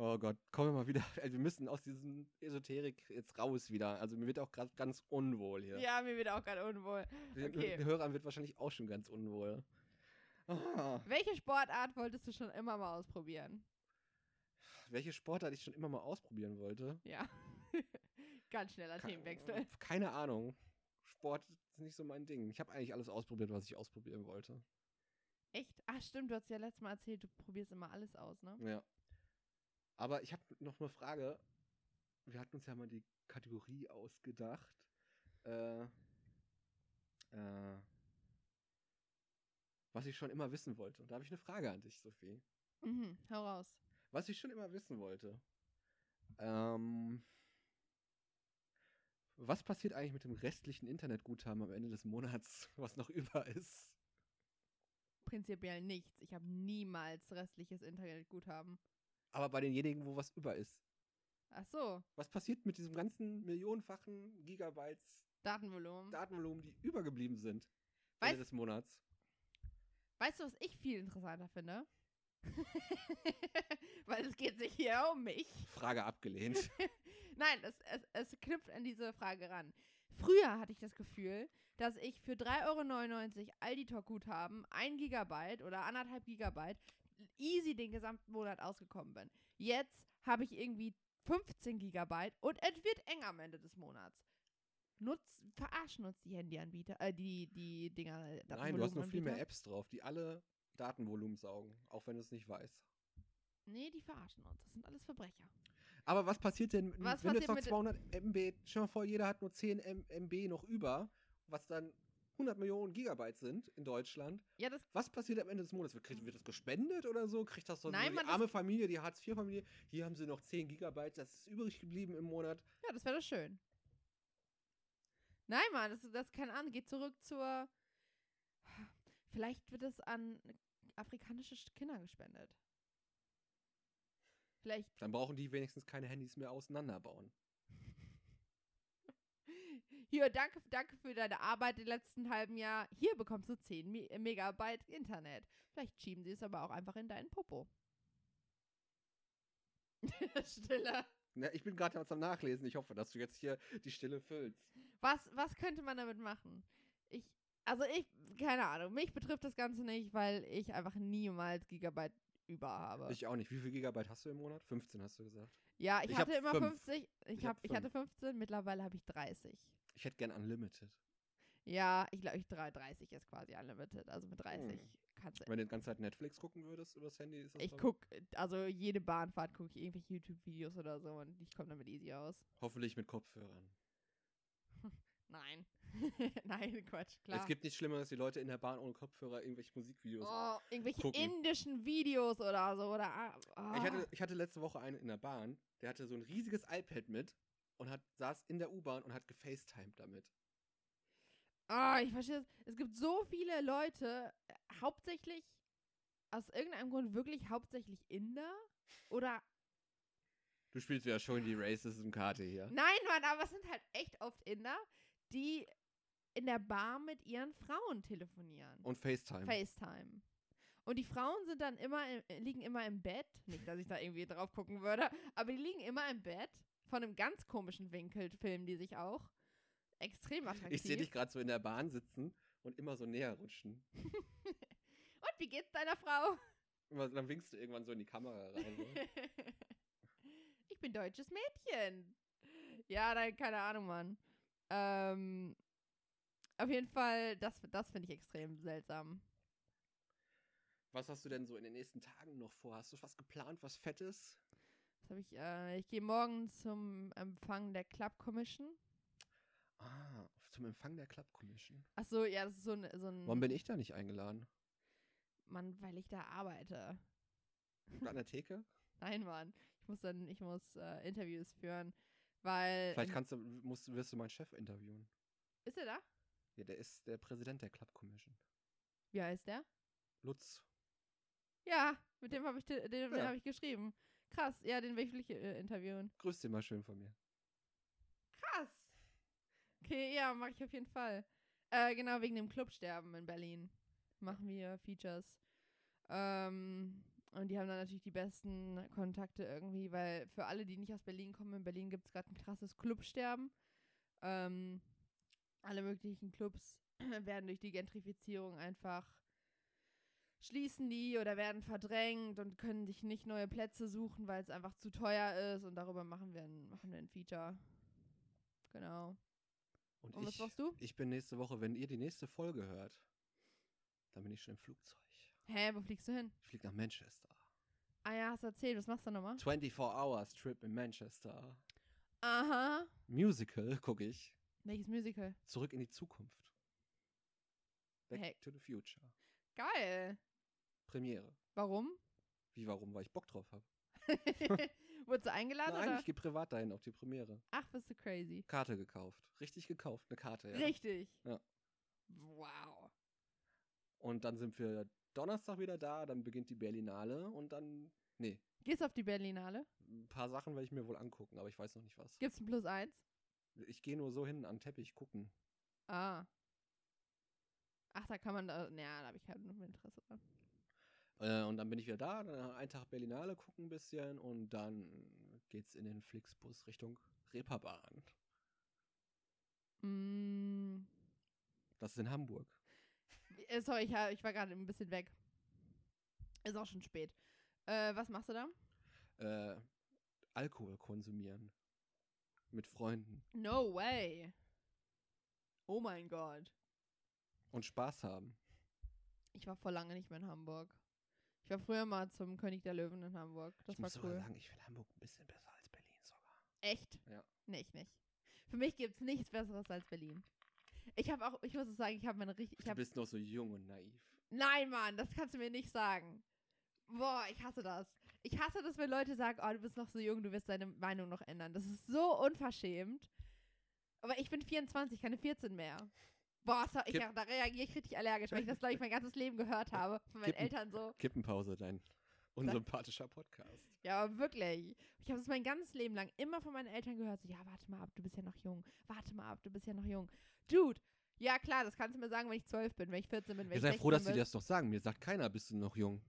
A: Oh Gott, kommen wir mal wieder. Also wir müssen aus diesem Esoterik jetzt raus wieder. Also mir wird auch gerade ganz unwohl hier.
B: ja. mir wird auch gerade unwohl.
A: Den,
B: okay.
A: den Hörern wird wahrscheinlich auch schon ganz unwohl. Ah,
B: Welche Sportart wolltest du schon immer mal ausprobieren?
A: welche Sportart ich schon immer mal ausprobieren wollte?
B: Ja. Ganz schneller
A: Ke-
B: Themenwechsel.
A: Keine Ahnung. Sport ist nicht so mein Ding. Ich habe eigentlich alles ausprobiert, was ich ausprobieren wollte.
B: Echt? Ach stimmt, du hast ja letztes Mal erzählt, du probierst immer alles aus, ne?
A: Ja. Aber ich habe noch eine Frage. Wir hatten uns ja mal die Kategorie ausgedacht. Äh, äh, was ich schon immer wissen wollte. Und da habe ich eine Frage an dich, Sophie.
B: Mhm, hau raus.
A: Was ich schon immer wissen wollte. Ähm, was passiert eigentlich mit dem restlichen Internetguthaben am Ende des Monats, was noch über ist?
B: Prinzipiell nichts. Ich habe niemals restliches Internetguthaben.
A: Aber bei denjenigen, wo was über ist.
B: Ach so,
A: Was passiert mit diesem ganzen millionenfachen Gigabytes
B: Datenvolumen.
A: Datenvolumen, die übergeblieben sind
B: Mhm. Weiß-
A: Ende des Monats.
B: Weißt du, was ich viel interessanter finde? Weil es geht sich hier um mich.
A: Frage abgelehnt.
B: Nein, es, es, es knüpft an diese Frage ran. Früher hatte ich das Gefühl, dass ich für 3,99 Euro Aldi Talk Guthaben, 1 Gigabyte oder anderthalb Gigabyte easy den gesamten Monat ausgekommen bin. Jetzt habe ich irgendwie 15 Gigabyte und es wird eng am Ende des Monats. Nutz, verarschen uns die Handyanbieter, äh, die, die Dinger. äh,
A: Nein, du hast noch viel mehr
B: Datenvolumenanbieter.
A: Apps drauf, die alle Datenvolumen saugen, auch wenn du es nicht weißt.
B: Nee, die verarschen uns. Das sind alles Verbrecher.
A: Aber was passiert denn,
B: Was
A: wenn
B: passiert
A: jetzt noch
B: mit-
A: 200 MB, stell dir mal vor, jeder hat nur 10 M MB noch über, was dann 100 Millionen Gigabyte sind in Deutschland.
B: Ja, das
A: Was passiert am Ende des Monats? Wird, kriegt- wird das gespendet oder so? Kriegt das so
B: Nein,
A: die
B: Mann, das-
A: arme Familie, die Hartz-IV-Familie? Hier haben sie noch 10 Gigabyte, das ist übrig geblieben im Monat.
B: Ja, das wäre doch schön. Nein, Mann, das, das keine Ahnung, geht zurück zur. Vielleicht wird es an afrikanische Sch- Kinder gespendet. Vielleicht.
A: Dann brauchen die wenigstens keine Handys mehr auseinanderbauen.
B: Hier, danke, danke für deine Arbeit im letzten halben Jahr. Hier bekommst du 10 Me Megabyte Internet. Vielleicht schieben sie es aber auch einfach in deinen Popo. Stille.
A: Na, ich bin gerade am Nachlesen. Ich hoffe, dass du jetzt hier die Stille füllst.
B: Was, was könnte man damit machen? Ich, also ich, keine Ahnung, mich betrifft das Ganze nicht, weil ich einfach niemals Gigabyte über habe.
A: Ich auch nicht. Wie viel Gigabyte hast du im Monat? 15 hast du gesagt.
B: ja, ich,
A: ich hab
B: hatte immer
A: fünf.
B: 50, ich,
A: Ich
B: hab,
A: hab
B: ich hatte 15, mittlerweile habe ich 30.
A: Ich hätte gern Unlimited.
B: Ja, ich glaube, ich 3, 30 ist quasi unlimited, also mit 30
A: Hm.
B: kannst du.
A: Wenn du die ganze Zeit Netflix gucken würdest übers Handy, ist das
B: Ich
A: dann-
B: guck, also jede Bahnfahrt gucke ich irgendwelche YouTube-Videos oder so und ich komme damit easy aus.
A: Hoffentlich mit Kopfhörern.
B: Nein. Nein, Quatsch, klar.
A: Es gibt nichts Schlimmeres, als die Leute in der Bahn ohne Kopfhörer irgendwelche Musikvideos.
B: oh, irgendwelche
A: gucken.
B: indischen Videos oder so. Oder, ah,
A: Ich,
B: ah.
A: hatte, ich hatte letzte Woche einen in der Bahn, der hatte so ein riesiges iPad mit und hat, saß in der U-Bahn und hat gefacetimed damit.
B: Ah, ich verstehe das. Es gibt so viele Leute, äh, hauptsächlich, aus irgendeinem Grund wirklich hauptsächlich Inder. Oder,
A: Du spielst ja schon die Racism-Karte hier.
B: nein, Mann, aber es sind halt echt oft Inder, die in der Bar mit ihren Frauen telefonieren.
A: Und FaceTime.
B: FaceTime. Und die Frauen sind dann immer, im- äh, liegen immer im Bett. Nicht, dass ich da irgendwie drauf gucken würde, aber die liegen immer im Bett. Von einem ganz komischen Winkel filmen die sich auch. Extrem attraktiv.
A: Ich sehe dich gerade so in der Bahn sitzen und immer so näher rutschen.
B: Und wie geht's deiner Frau?
A: Immer, dann winkst du irgendwann so in die Kamera rein. ne? So.
B: ich bin deutsches Mädchen. Ja, nein, keine Ahnung, Mann. Ähm, auf jeden Fall, das, das finde ich extrem seltsam.
A: Was hast du denn so in den nächsten Tagen noch vor? Hast du was geplant, was Fettes?
B: Das habe ich, äh, ich gehe morgen zum Empfang der Club Commission.
A: Ah, zum Empfang der Club Commission.
B: Ach so, ja, das ist so ein, so
A: Warum
B: ein
A: bin ich da nicht eingeladen?
B: Mann, weil ich da arbeite.
A: An der Theke?
B: Nein, Mann. Ich muss dann, ich muss äh, Interviews führen, weil.
A: Vielleicht kannst du, musst, wirst du meinen Chef interviewen.
B: ist er da?
A: Ja, der ist der Präsident der Club Commission.
B: Wie heißt der?
A: Lutz.
B: Ja, mit dem habe ich, den, den
A: Ja.
B: habe ich geschrieben. Krass, ja, den will ich äh, interviewen.
A: Grüß dich mal schön von mir.
B: Krass. Okay, ja, mache ich auf jeden Fall. Äh, genau, wegen dem Clubsterben in Berlin machen wir Features. Ähm, und die haben dann natürlich die besten Kontakte irgendwie, weil für alle, die nicht aus Berlin kommen, in Berlin gibt es gerade ein krasses Clubsterben. Ähm, alle möglichen Clubs werden durch die Gentrifizierung einfach schließen die oder werden verdrängt und können sich nicht neue Plätze suchen, weil es einfach zu teuer ist und darüber machen wir ein, machen wir ein Feature. Genau.
A: Und,
B: Und was
A: ich,
B: machst du?
A: ich bin nächste Woche, wenn ihr die nächste Folge hört, dann bin ich schon im Flugzeug.
B: Hä, wo fliegst du hin?
A: Ich fliege nach Manchester.
B: Ah ja, hast du erzählt, was machst du nochmal?
A: 24 Hours Trip in Manchester.
B: Aha.
A: Musical gucke ich.
B: Welches Musical?
A: Zurück in die Zukunft. Back
B: Hey.
A: to the Future.
B: Geil.
A: Premiere.
B: Warum?
A: Wie warum? Weil ich Bock drauf habe.
B: Wurdest du eingeladen
A: Nein,
B: oder?
A: ich gehe privat dahin auf die Premiere.
B: Ach, bist du crazy.
A: Karte gekauft. Richtig gekauft, eine Karte. Ja.
B: Richtig.
A: Ja.
B: Wow.
A: Und dann sind wir Donnerstag wieder da, dann beginnt die Berlinale und dann. Nee,
B: Gehst du auf die Berlinale?
A: ein paar Sachen werde ich mir wohl angucken, aber ich weiß noch nicht was.
B: Gibt's ein Plus eins?
A: Ich gehe nur so hin an den Teppich gucken.
B: Ah. Ach, da kann man da. Naja, da habe ich kein Interesse dran.
A: Äh, und dann bin ich wieder da, dann einen Tag Berlinale gucken ein bisschen und dann geht's in den Flixbus Richtung Reeperbahn.
B: Mm.
A: Das ist in Hamburg.
B: Äh, Sorry, ich, ha- ich war gerade ein bisschen weg. Ist auch schon spät. Äh, was machst du da?
A: Äh, Alkohol konsumieren. Mit Freunden.
B: No way. Oh mein Gott.
A: Und Spaß haben.
B: Ich war vor lange nicht mehr in Hamburg. Ich war früher mal zum König der Löwen in Hamburg. Das
A: ich muss
B: war
A: sogar
B: cool.
A: sagen, ich finde Hamburg ein bisschen besser als Berlin sogar.
B: Echt?
A: Ja.
B: Nee, ich nicht. Für mich gibt's nichts Besseres als Berlin. Ich habe auch, ich muss es sagen, ich habe meine richtig. Ich
A: Du
B: hab,
A: bist noch so jung und naiv.
B: nein, Mann, das kannst du mir nicht sagen. Boah, ich hasse das. Ich hasse das, wenn Leute sagen, oh, du bist noch so jung, du wirst deine Meinung noch ändern. Das ist so unverschämt. Aber ich bin 24, keine 14 mehr. Boah, so, ich,
A: Kipp-
B: da reagiere ich richtig allergisch, weil ich das, glaube ich, mein ganzes Leben gehört habe. Von meinen
A: Kippen-
B: Eltern so.
A: Kippenpause, dein unsympathischer Podcast.
B: Ja, aber wirklich. Ich habe es mein ganzes Leben lang immer von meinen Eltern gehört. So, ja, warte mal ab, du bist ja noch jung. Warte mal ab, du bist ja noch jung. Dude, ja klar, das kannst du mir sagen, wenn ich zwölf bin, wenn ich 14 bin, wenn
A: Ihr
B: ich
A: seid
B: 16
A: froh, dass sie
B: bin.
A: dir das doch sagen. Mir sagt keiner, bist du noch jung.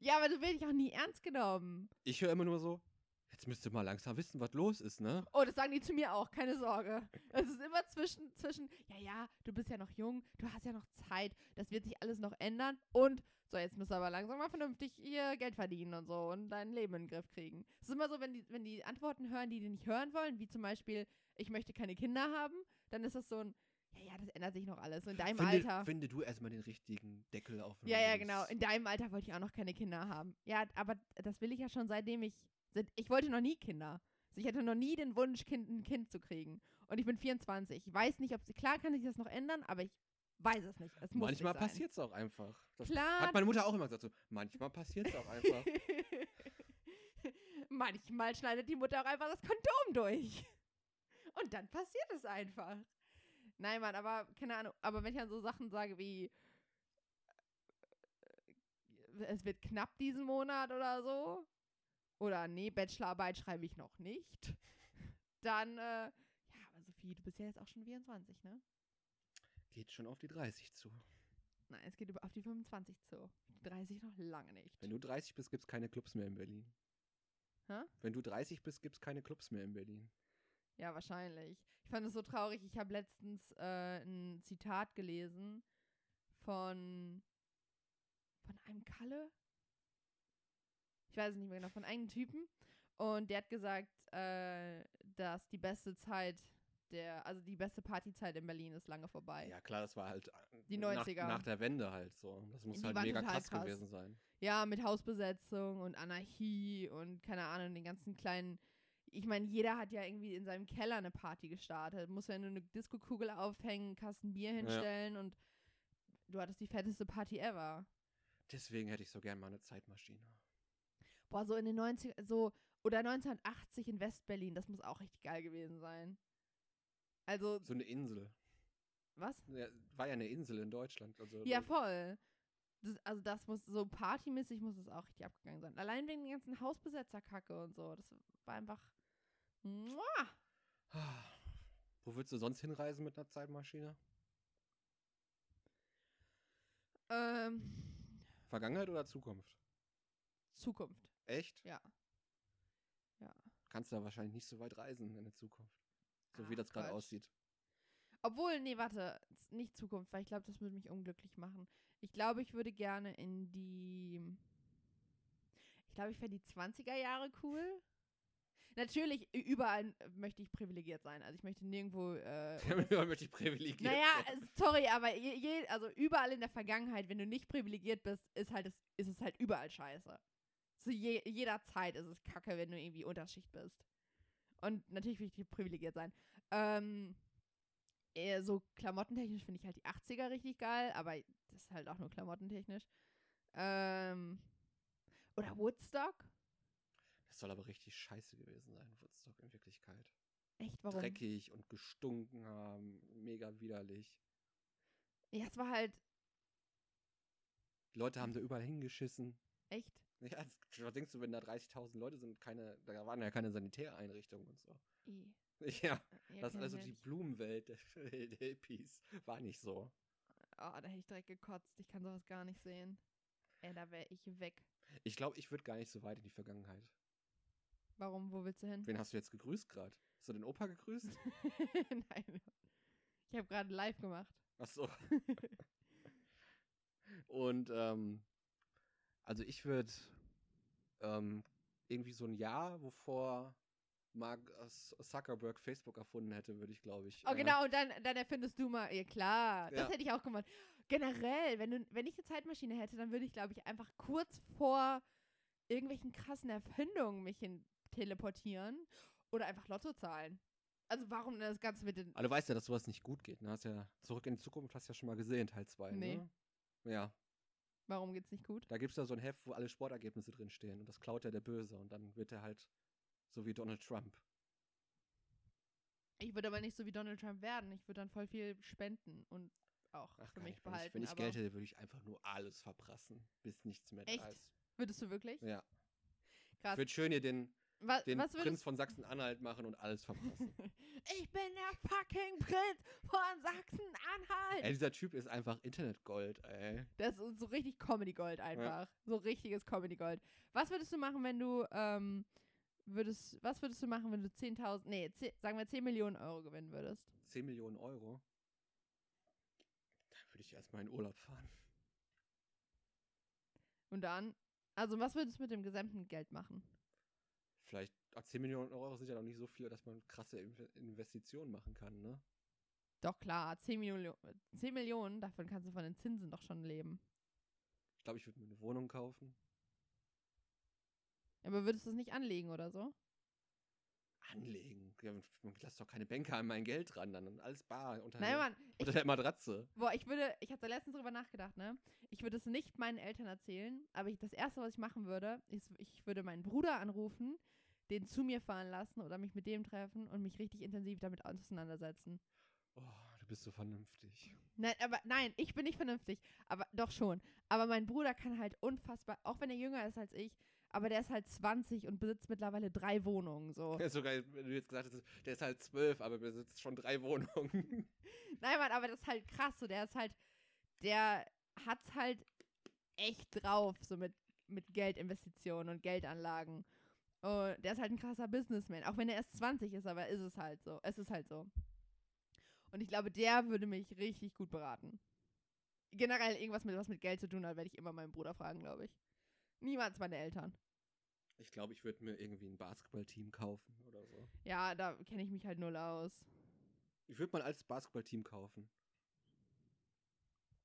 B: Ja, aber du wirst dich auch nie ernst genommen.
A: Ich höre immer nur so, jetzt müsst ihr mal langsam wissen, was los ist, ne?
B: Oh, das sagen die zu mir auch, keine Sorge. Es ist immer zwischen, zwischen, ja, ja, du bist ja noch jung, du hast ja noch Zeit, das wird sich alles noch ändern und so, jetzt müsst ihr aber langsam mal vernünftig ihr Geld verdienen und so und dein Leben in den Griff kriegen. Es ist immer so, wenn die, wenn die Antworten hören, die die nicht hören wollen, wie zum Beispiel, ich möchte keine Kinder haben, dann ist das so ein, ja, ja, das ändert sich noch alles. In deinem
A: Finde,
B: Alter.
A: finde du erstmal den richtigen Deckel auf. den
B: Ja, ja,
A: Nuss.
B: genau. In deinem Alter wollte ich auch noch keine Kinder haben. Ja, aber das will ich ja schon seitdem ich. Seit, ich wollte noch nie Kinder. Also ich hatte noch nie den Wunsch, kind, ein Kind zu kriegen. Und ich bin 24. Ich weiß nicht, ob sie. Klar kann sich das noch ändern, aber ich weiß es nicht. Es muss
A: Manchmal
B: nicht sein.
A: passiert es auch einfach. Das
B: Klar.
A: hat meine Mutter auch immer gesagt. So, manchmal passiert es auch einfach.
B: Manchmal schneidet die Mutter auch einfach das Kondom durch. Und dann passiert es einfach. Nein, Mann, aber keine Ahnung. Aber wenn ich dann so Sachen sage wie, äh, es wird knapp diesen Monat oder so, oder nee, Bachelorarbeit schreibe ich noch nicht, dann, äh, ja, aber Sophie, du bist ja jetzt auch schon 24, ne?
A: Geht schon auf die 30 zu.
B: Nein, es geht über auf die 25 zu. 30 noch lange nicht.
A: Wenn du 30 bist, gibt's keine Clubs mehr in Berlin.
B: Hä?
A: Wenn du 30 bist, gibt's keine Clubs mehr in Berlin.
B: Ja, wahrscheinlich. Ich fand es so traurig. Ich habe letztens äh, ein Zitat gelesen von von einem Kalle. Ich weiß es nicht mehr genau, von einem Typen. Und der hat gesagt, äh, dass die beste Zeit der, also die beste Partyzeit in Berlin ist lange vorbei.
A: Ja, klar, das war halt äh,
B: Ah, Die
A: nach,
B: 90er.
A: nach der Wende halt so. Das muss
B: Die
A: halt
B: waren
A: mega
B: total
A: krass,
B: krass.
A: gewesen sein.
B: Ja, mit Hausbesetzung und Anarchie und keine Ahnung, den ganzen kleinen. Ich meine, jeder hat ja irgendwie in seinem Keller eine Party gestartet. Muss ja nur eine Diskokugel aufhängen, einen Kasten Bier hinstellen und du hattest die fetteste Party ever.
A: Deswegen hätte ich so gern mal eine Zeitmaschine.
B: Boah, so in den 90 so oder 1980 in Westberlin, das muss auch richtig geil gewesen sein. Also,
A: So eine Insel.
B: was?
A: Ja, war ja eine Insel in Deutschland. Also
B: Ja, voll. Das, also das muss so partymäßig muss es auch richtig abgegangen sein. Allein wegen den ganzen Hausbesetzerkacke und so. Das war einfach. hm. Mua!
A: Ah. Wo würdest du sonst hinreisen mit einer Zeitmaschine?
B: Ähm,
A: Vergangenheit oder Zukunft?
B: Zukunft.
A: Echt?
B: Ja. Ja.
A: Kannst du da wahrscheinlich nicht so weit reisen in der Zukunft. So wie
B: Ach,
A: das gerade
B: Quatsch.
A: aussieht.
B: Obwohl, nee, warte, z- nicht Zukunft, weil ich glaube, das würde mich unglücklich machen. Ich glaube, ich würde gerne in die. Ich glaube, ich fände die 20er Jahre cool. Natürlich, ü- überall äh, möchte ich privilegiert sein. Also ich möchte nirgendwo. Äh,
A: Damit möchte ich privilegiert.
B: naja,
A: sein.
B: äh, sorry, aber je, je, also überall in der Vergangenheit, wenn du nicht privilegiert bist, ist halt es, ist es halt überall scheiße. Zu je, jeder Zeit ist es kacke, wenn du irgendwie Unterschicht bist. Und natürlich will ich privilegiert sein. Ähm, eher so klamottentechnisch finde ich halt die 80er richtig geil, aber das ist halt auch nur klamottentechnisch. Ähm, oder Woodstock?
A: Das soll aber richtig scheiße gewesen sein, Woodstock in Wirklichkeit.
B: Echt, warum?
A: Dreckig und gestunken haben, mega widerlich.
B: Ja, es war halt
A: Die Leute haben da überall hingeschissen.
B: echt.
A: Ja, das, was denkst du, wenn da 30.000 Leute sind, keine, da waren ja keine Sanitäreinrichtungen und so.
B: I.
A: Ja,
B: Ja,
A: das
B: kann
A: also
B: ich
A: die
B: nicht.
A: Blumenwelt der, der Hippies war nicht so.
B: Oh, da hätte ich direkt gekotzt. Ich kann sowas gar nicht sehen. Ey, da wäre ich weg.
A: Ich glaube, ich würde gar nicht so weit in die Vergangenheit.
B: Warum? Wo willst du hin?
A: Wen hast du jetzt gegrüßt gerade? Hast du den Opa gegrüßt?
B: Nein. Ich habe gerade live gemacht.
A: Ach so. Und ähm, also ich würde ähm, irgendwie so ein Jahr, wovor Mark Zuckerberg Facebook erfunden hätte, würde ich, glaube ich.
B: Oh,
A: äh,
B: genau. Und dann, dann erfindest du mal. Ja, klar. Das
A: Ja.
B: hätte ich auch gemacht. Generell, wenn, du, wenn ich eine Zeitmaschine hätte, dann würde ich, glaube ich, einfach kurz vor irgendwelchen krassen Erfindungen mich hin teleportieren oder einfach Lotto zahlen. Also, warum das Ganze mit den.
A: Aber du weißt ja, dass sowas nicht gut geht. Ne? Hast ja zurück in die Zukunft hast du ja schon mal gesehen, Teil 2.
B: Nee.
A: Ne? Ja,
B: Warum geht's nicht gut?
A: da gibt es ja so ein Heft, wo alle Sportergebnisse drinstehen. Und das klaut ja der Böse. Und dann wird er halt so wie Donald Trump.
B: Ich würde aber nicht so wie Donald Trump werden. Ich würde dann voll viel spenden und auch für
A: gar nicht.
B: mich
A: wenn ich,
B: behalten.
A: wenn ich
B: aber
A: Geld hätte, würde ich einfach nur alles verprassen, bis nichts mehr
B: Echt?
A: da ist.
B: Würdest du wirklich?
A: Ja. Ich
B: Krass.
A: würde schön hier den,
B: Wa
A: den
B: was
A: Prinz
B: würdest
A: von Sachsen-Anhalt machen und alles verprassen.
B: Ich bin der fucking Prinz von Sachsen-Anhalt.
A: ey, dieser Typ ist einfach Internetgold, ey.
B: Das ist so richtig Comedy-Gold einfach. So richtiges Comedy-Gold. Was würdest du machen, wenn du, ähm, würdest, was würdest du machen, wenn du 10.000, nee, 10, sagen wir 10 Millionen Euro gewinnen würdest?
A: 10 Millionen Euro. Dann würde ich erstmal in Urlaub fahren.
B: Und dann, also was würdest du mit dem gesamten Geld machen?
A: Vielleicht, ah, 10 Millionen Euro sind ja noch nicht so viel, dass man krasse Inve- Investitionen machen kann, ne?
B: Doch klar, 10 Millionen, 10 Millionen, davon kannst du von den Zinsen doch schon leben.
A: Ich glaube, ich würde mir eine Wohnung kaufen.
B: Aber würdest du es nicht anlegen oder so?
A: Anlegen. Ja, man lässt doch keine Banker an mein Geld ran, dann alles bar unter,
B: Nein,
A: der,
B: Mann, ich
A: unter der Matratze.
B: Boah, ich würde, ich habe da letztens drüber nachgedacht, ne? Ich würde es nicht meinen Eltern erzählen, aber ich, das Erste, was ich machen würde, ist, ich würde meinen Bruder anrufen, den zu mir fahren lassen oder mich mit dem treffen und mich richtig intensiv damit auseinandersetzen.
A: Oh, du bist so vernünftig.
B: Nein, aber nein, ich bin nicht vernünftig, aber doch schon. Aber mein Bruder kann halt unfassbar, auch wenn er jünger ist als ich, aber der ist halt 20 und besitzt mittlerweile drei Wohnungen, so.
A: Ja, sogar, wenn du jetzt gesagt hast, der ist halt zwölf, aber besitzt schon drei Wohnungen.
B: Nein, Mann, aber das ist halt krass, so der ist halt, der hat's halt echt drauf, so mit, mit Geldinvestitionen und Geldanlagen. Und der ist halt ein krasser Businessman, auch wenn er erst 20 ist, aber ist es halt so. Es ist halt so. Und ich glaube, der würde mich richtig gut beraten. Generell irgendwas mit was mit Geld zu tun hat, werde ich immer meinen Bruder fragen, glaube ich. Niemals meine Eltern.
A: Ich glaube, ich würde mir irgendwie ein Basketballteam kaufen oder so.
B: Ja, da kenne ich mich halt null aus.
A: Ich würde mal als Basketballteam kaufen.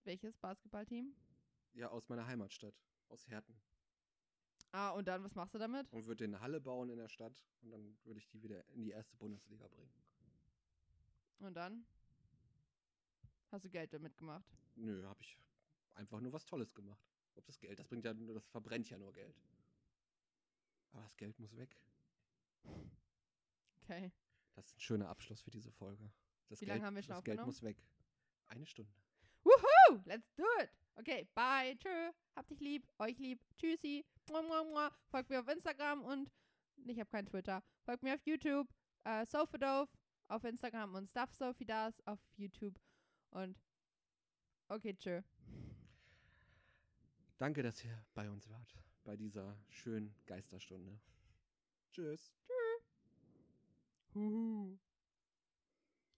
B: Welches Basketballteam?
A: Ja, aus meiner Heimatstadt, aus Herten.
B: Ah, und dann, was machst du damit?
A: Und würde eine Halle bauen in der Stadt und dann würde ich die wieder in die erste Bundesliga bringen.
B: Und dann? Hast du Geld damit gemacht?
A: Nö, habe ich einfach nur was Tolles gemacht. Ob das Geld, das bringt ja, nur- das verbrennt ja nur Geld. Aber das Geld muss weg.
B: Okay.
A: Das ist ein schöner Abschluss für diese Folge. Das
B: Wie
A: Geld,
B: lange haben wir schon
A: Das Geld
B: aufgenommen?
A: muss weg. Eine Stunde.
B: Woo, let's do it. Okay, bye, tschö. Habt dich lieb, euch lieb. Tschüssi. Mua, mua, mua. Folgt mir auf Instagram und ich habe kein Twitter. Folgt mir auf YouTube. Äh, Sofadove auf Instagram und Stuff Sophie Das auf YouTube. Und okay, tschö.
A: Danke, dass ihr bei uns wart. Bei dieser schönen Geisterstunde. Tschüss.
B: Huhu.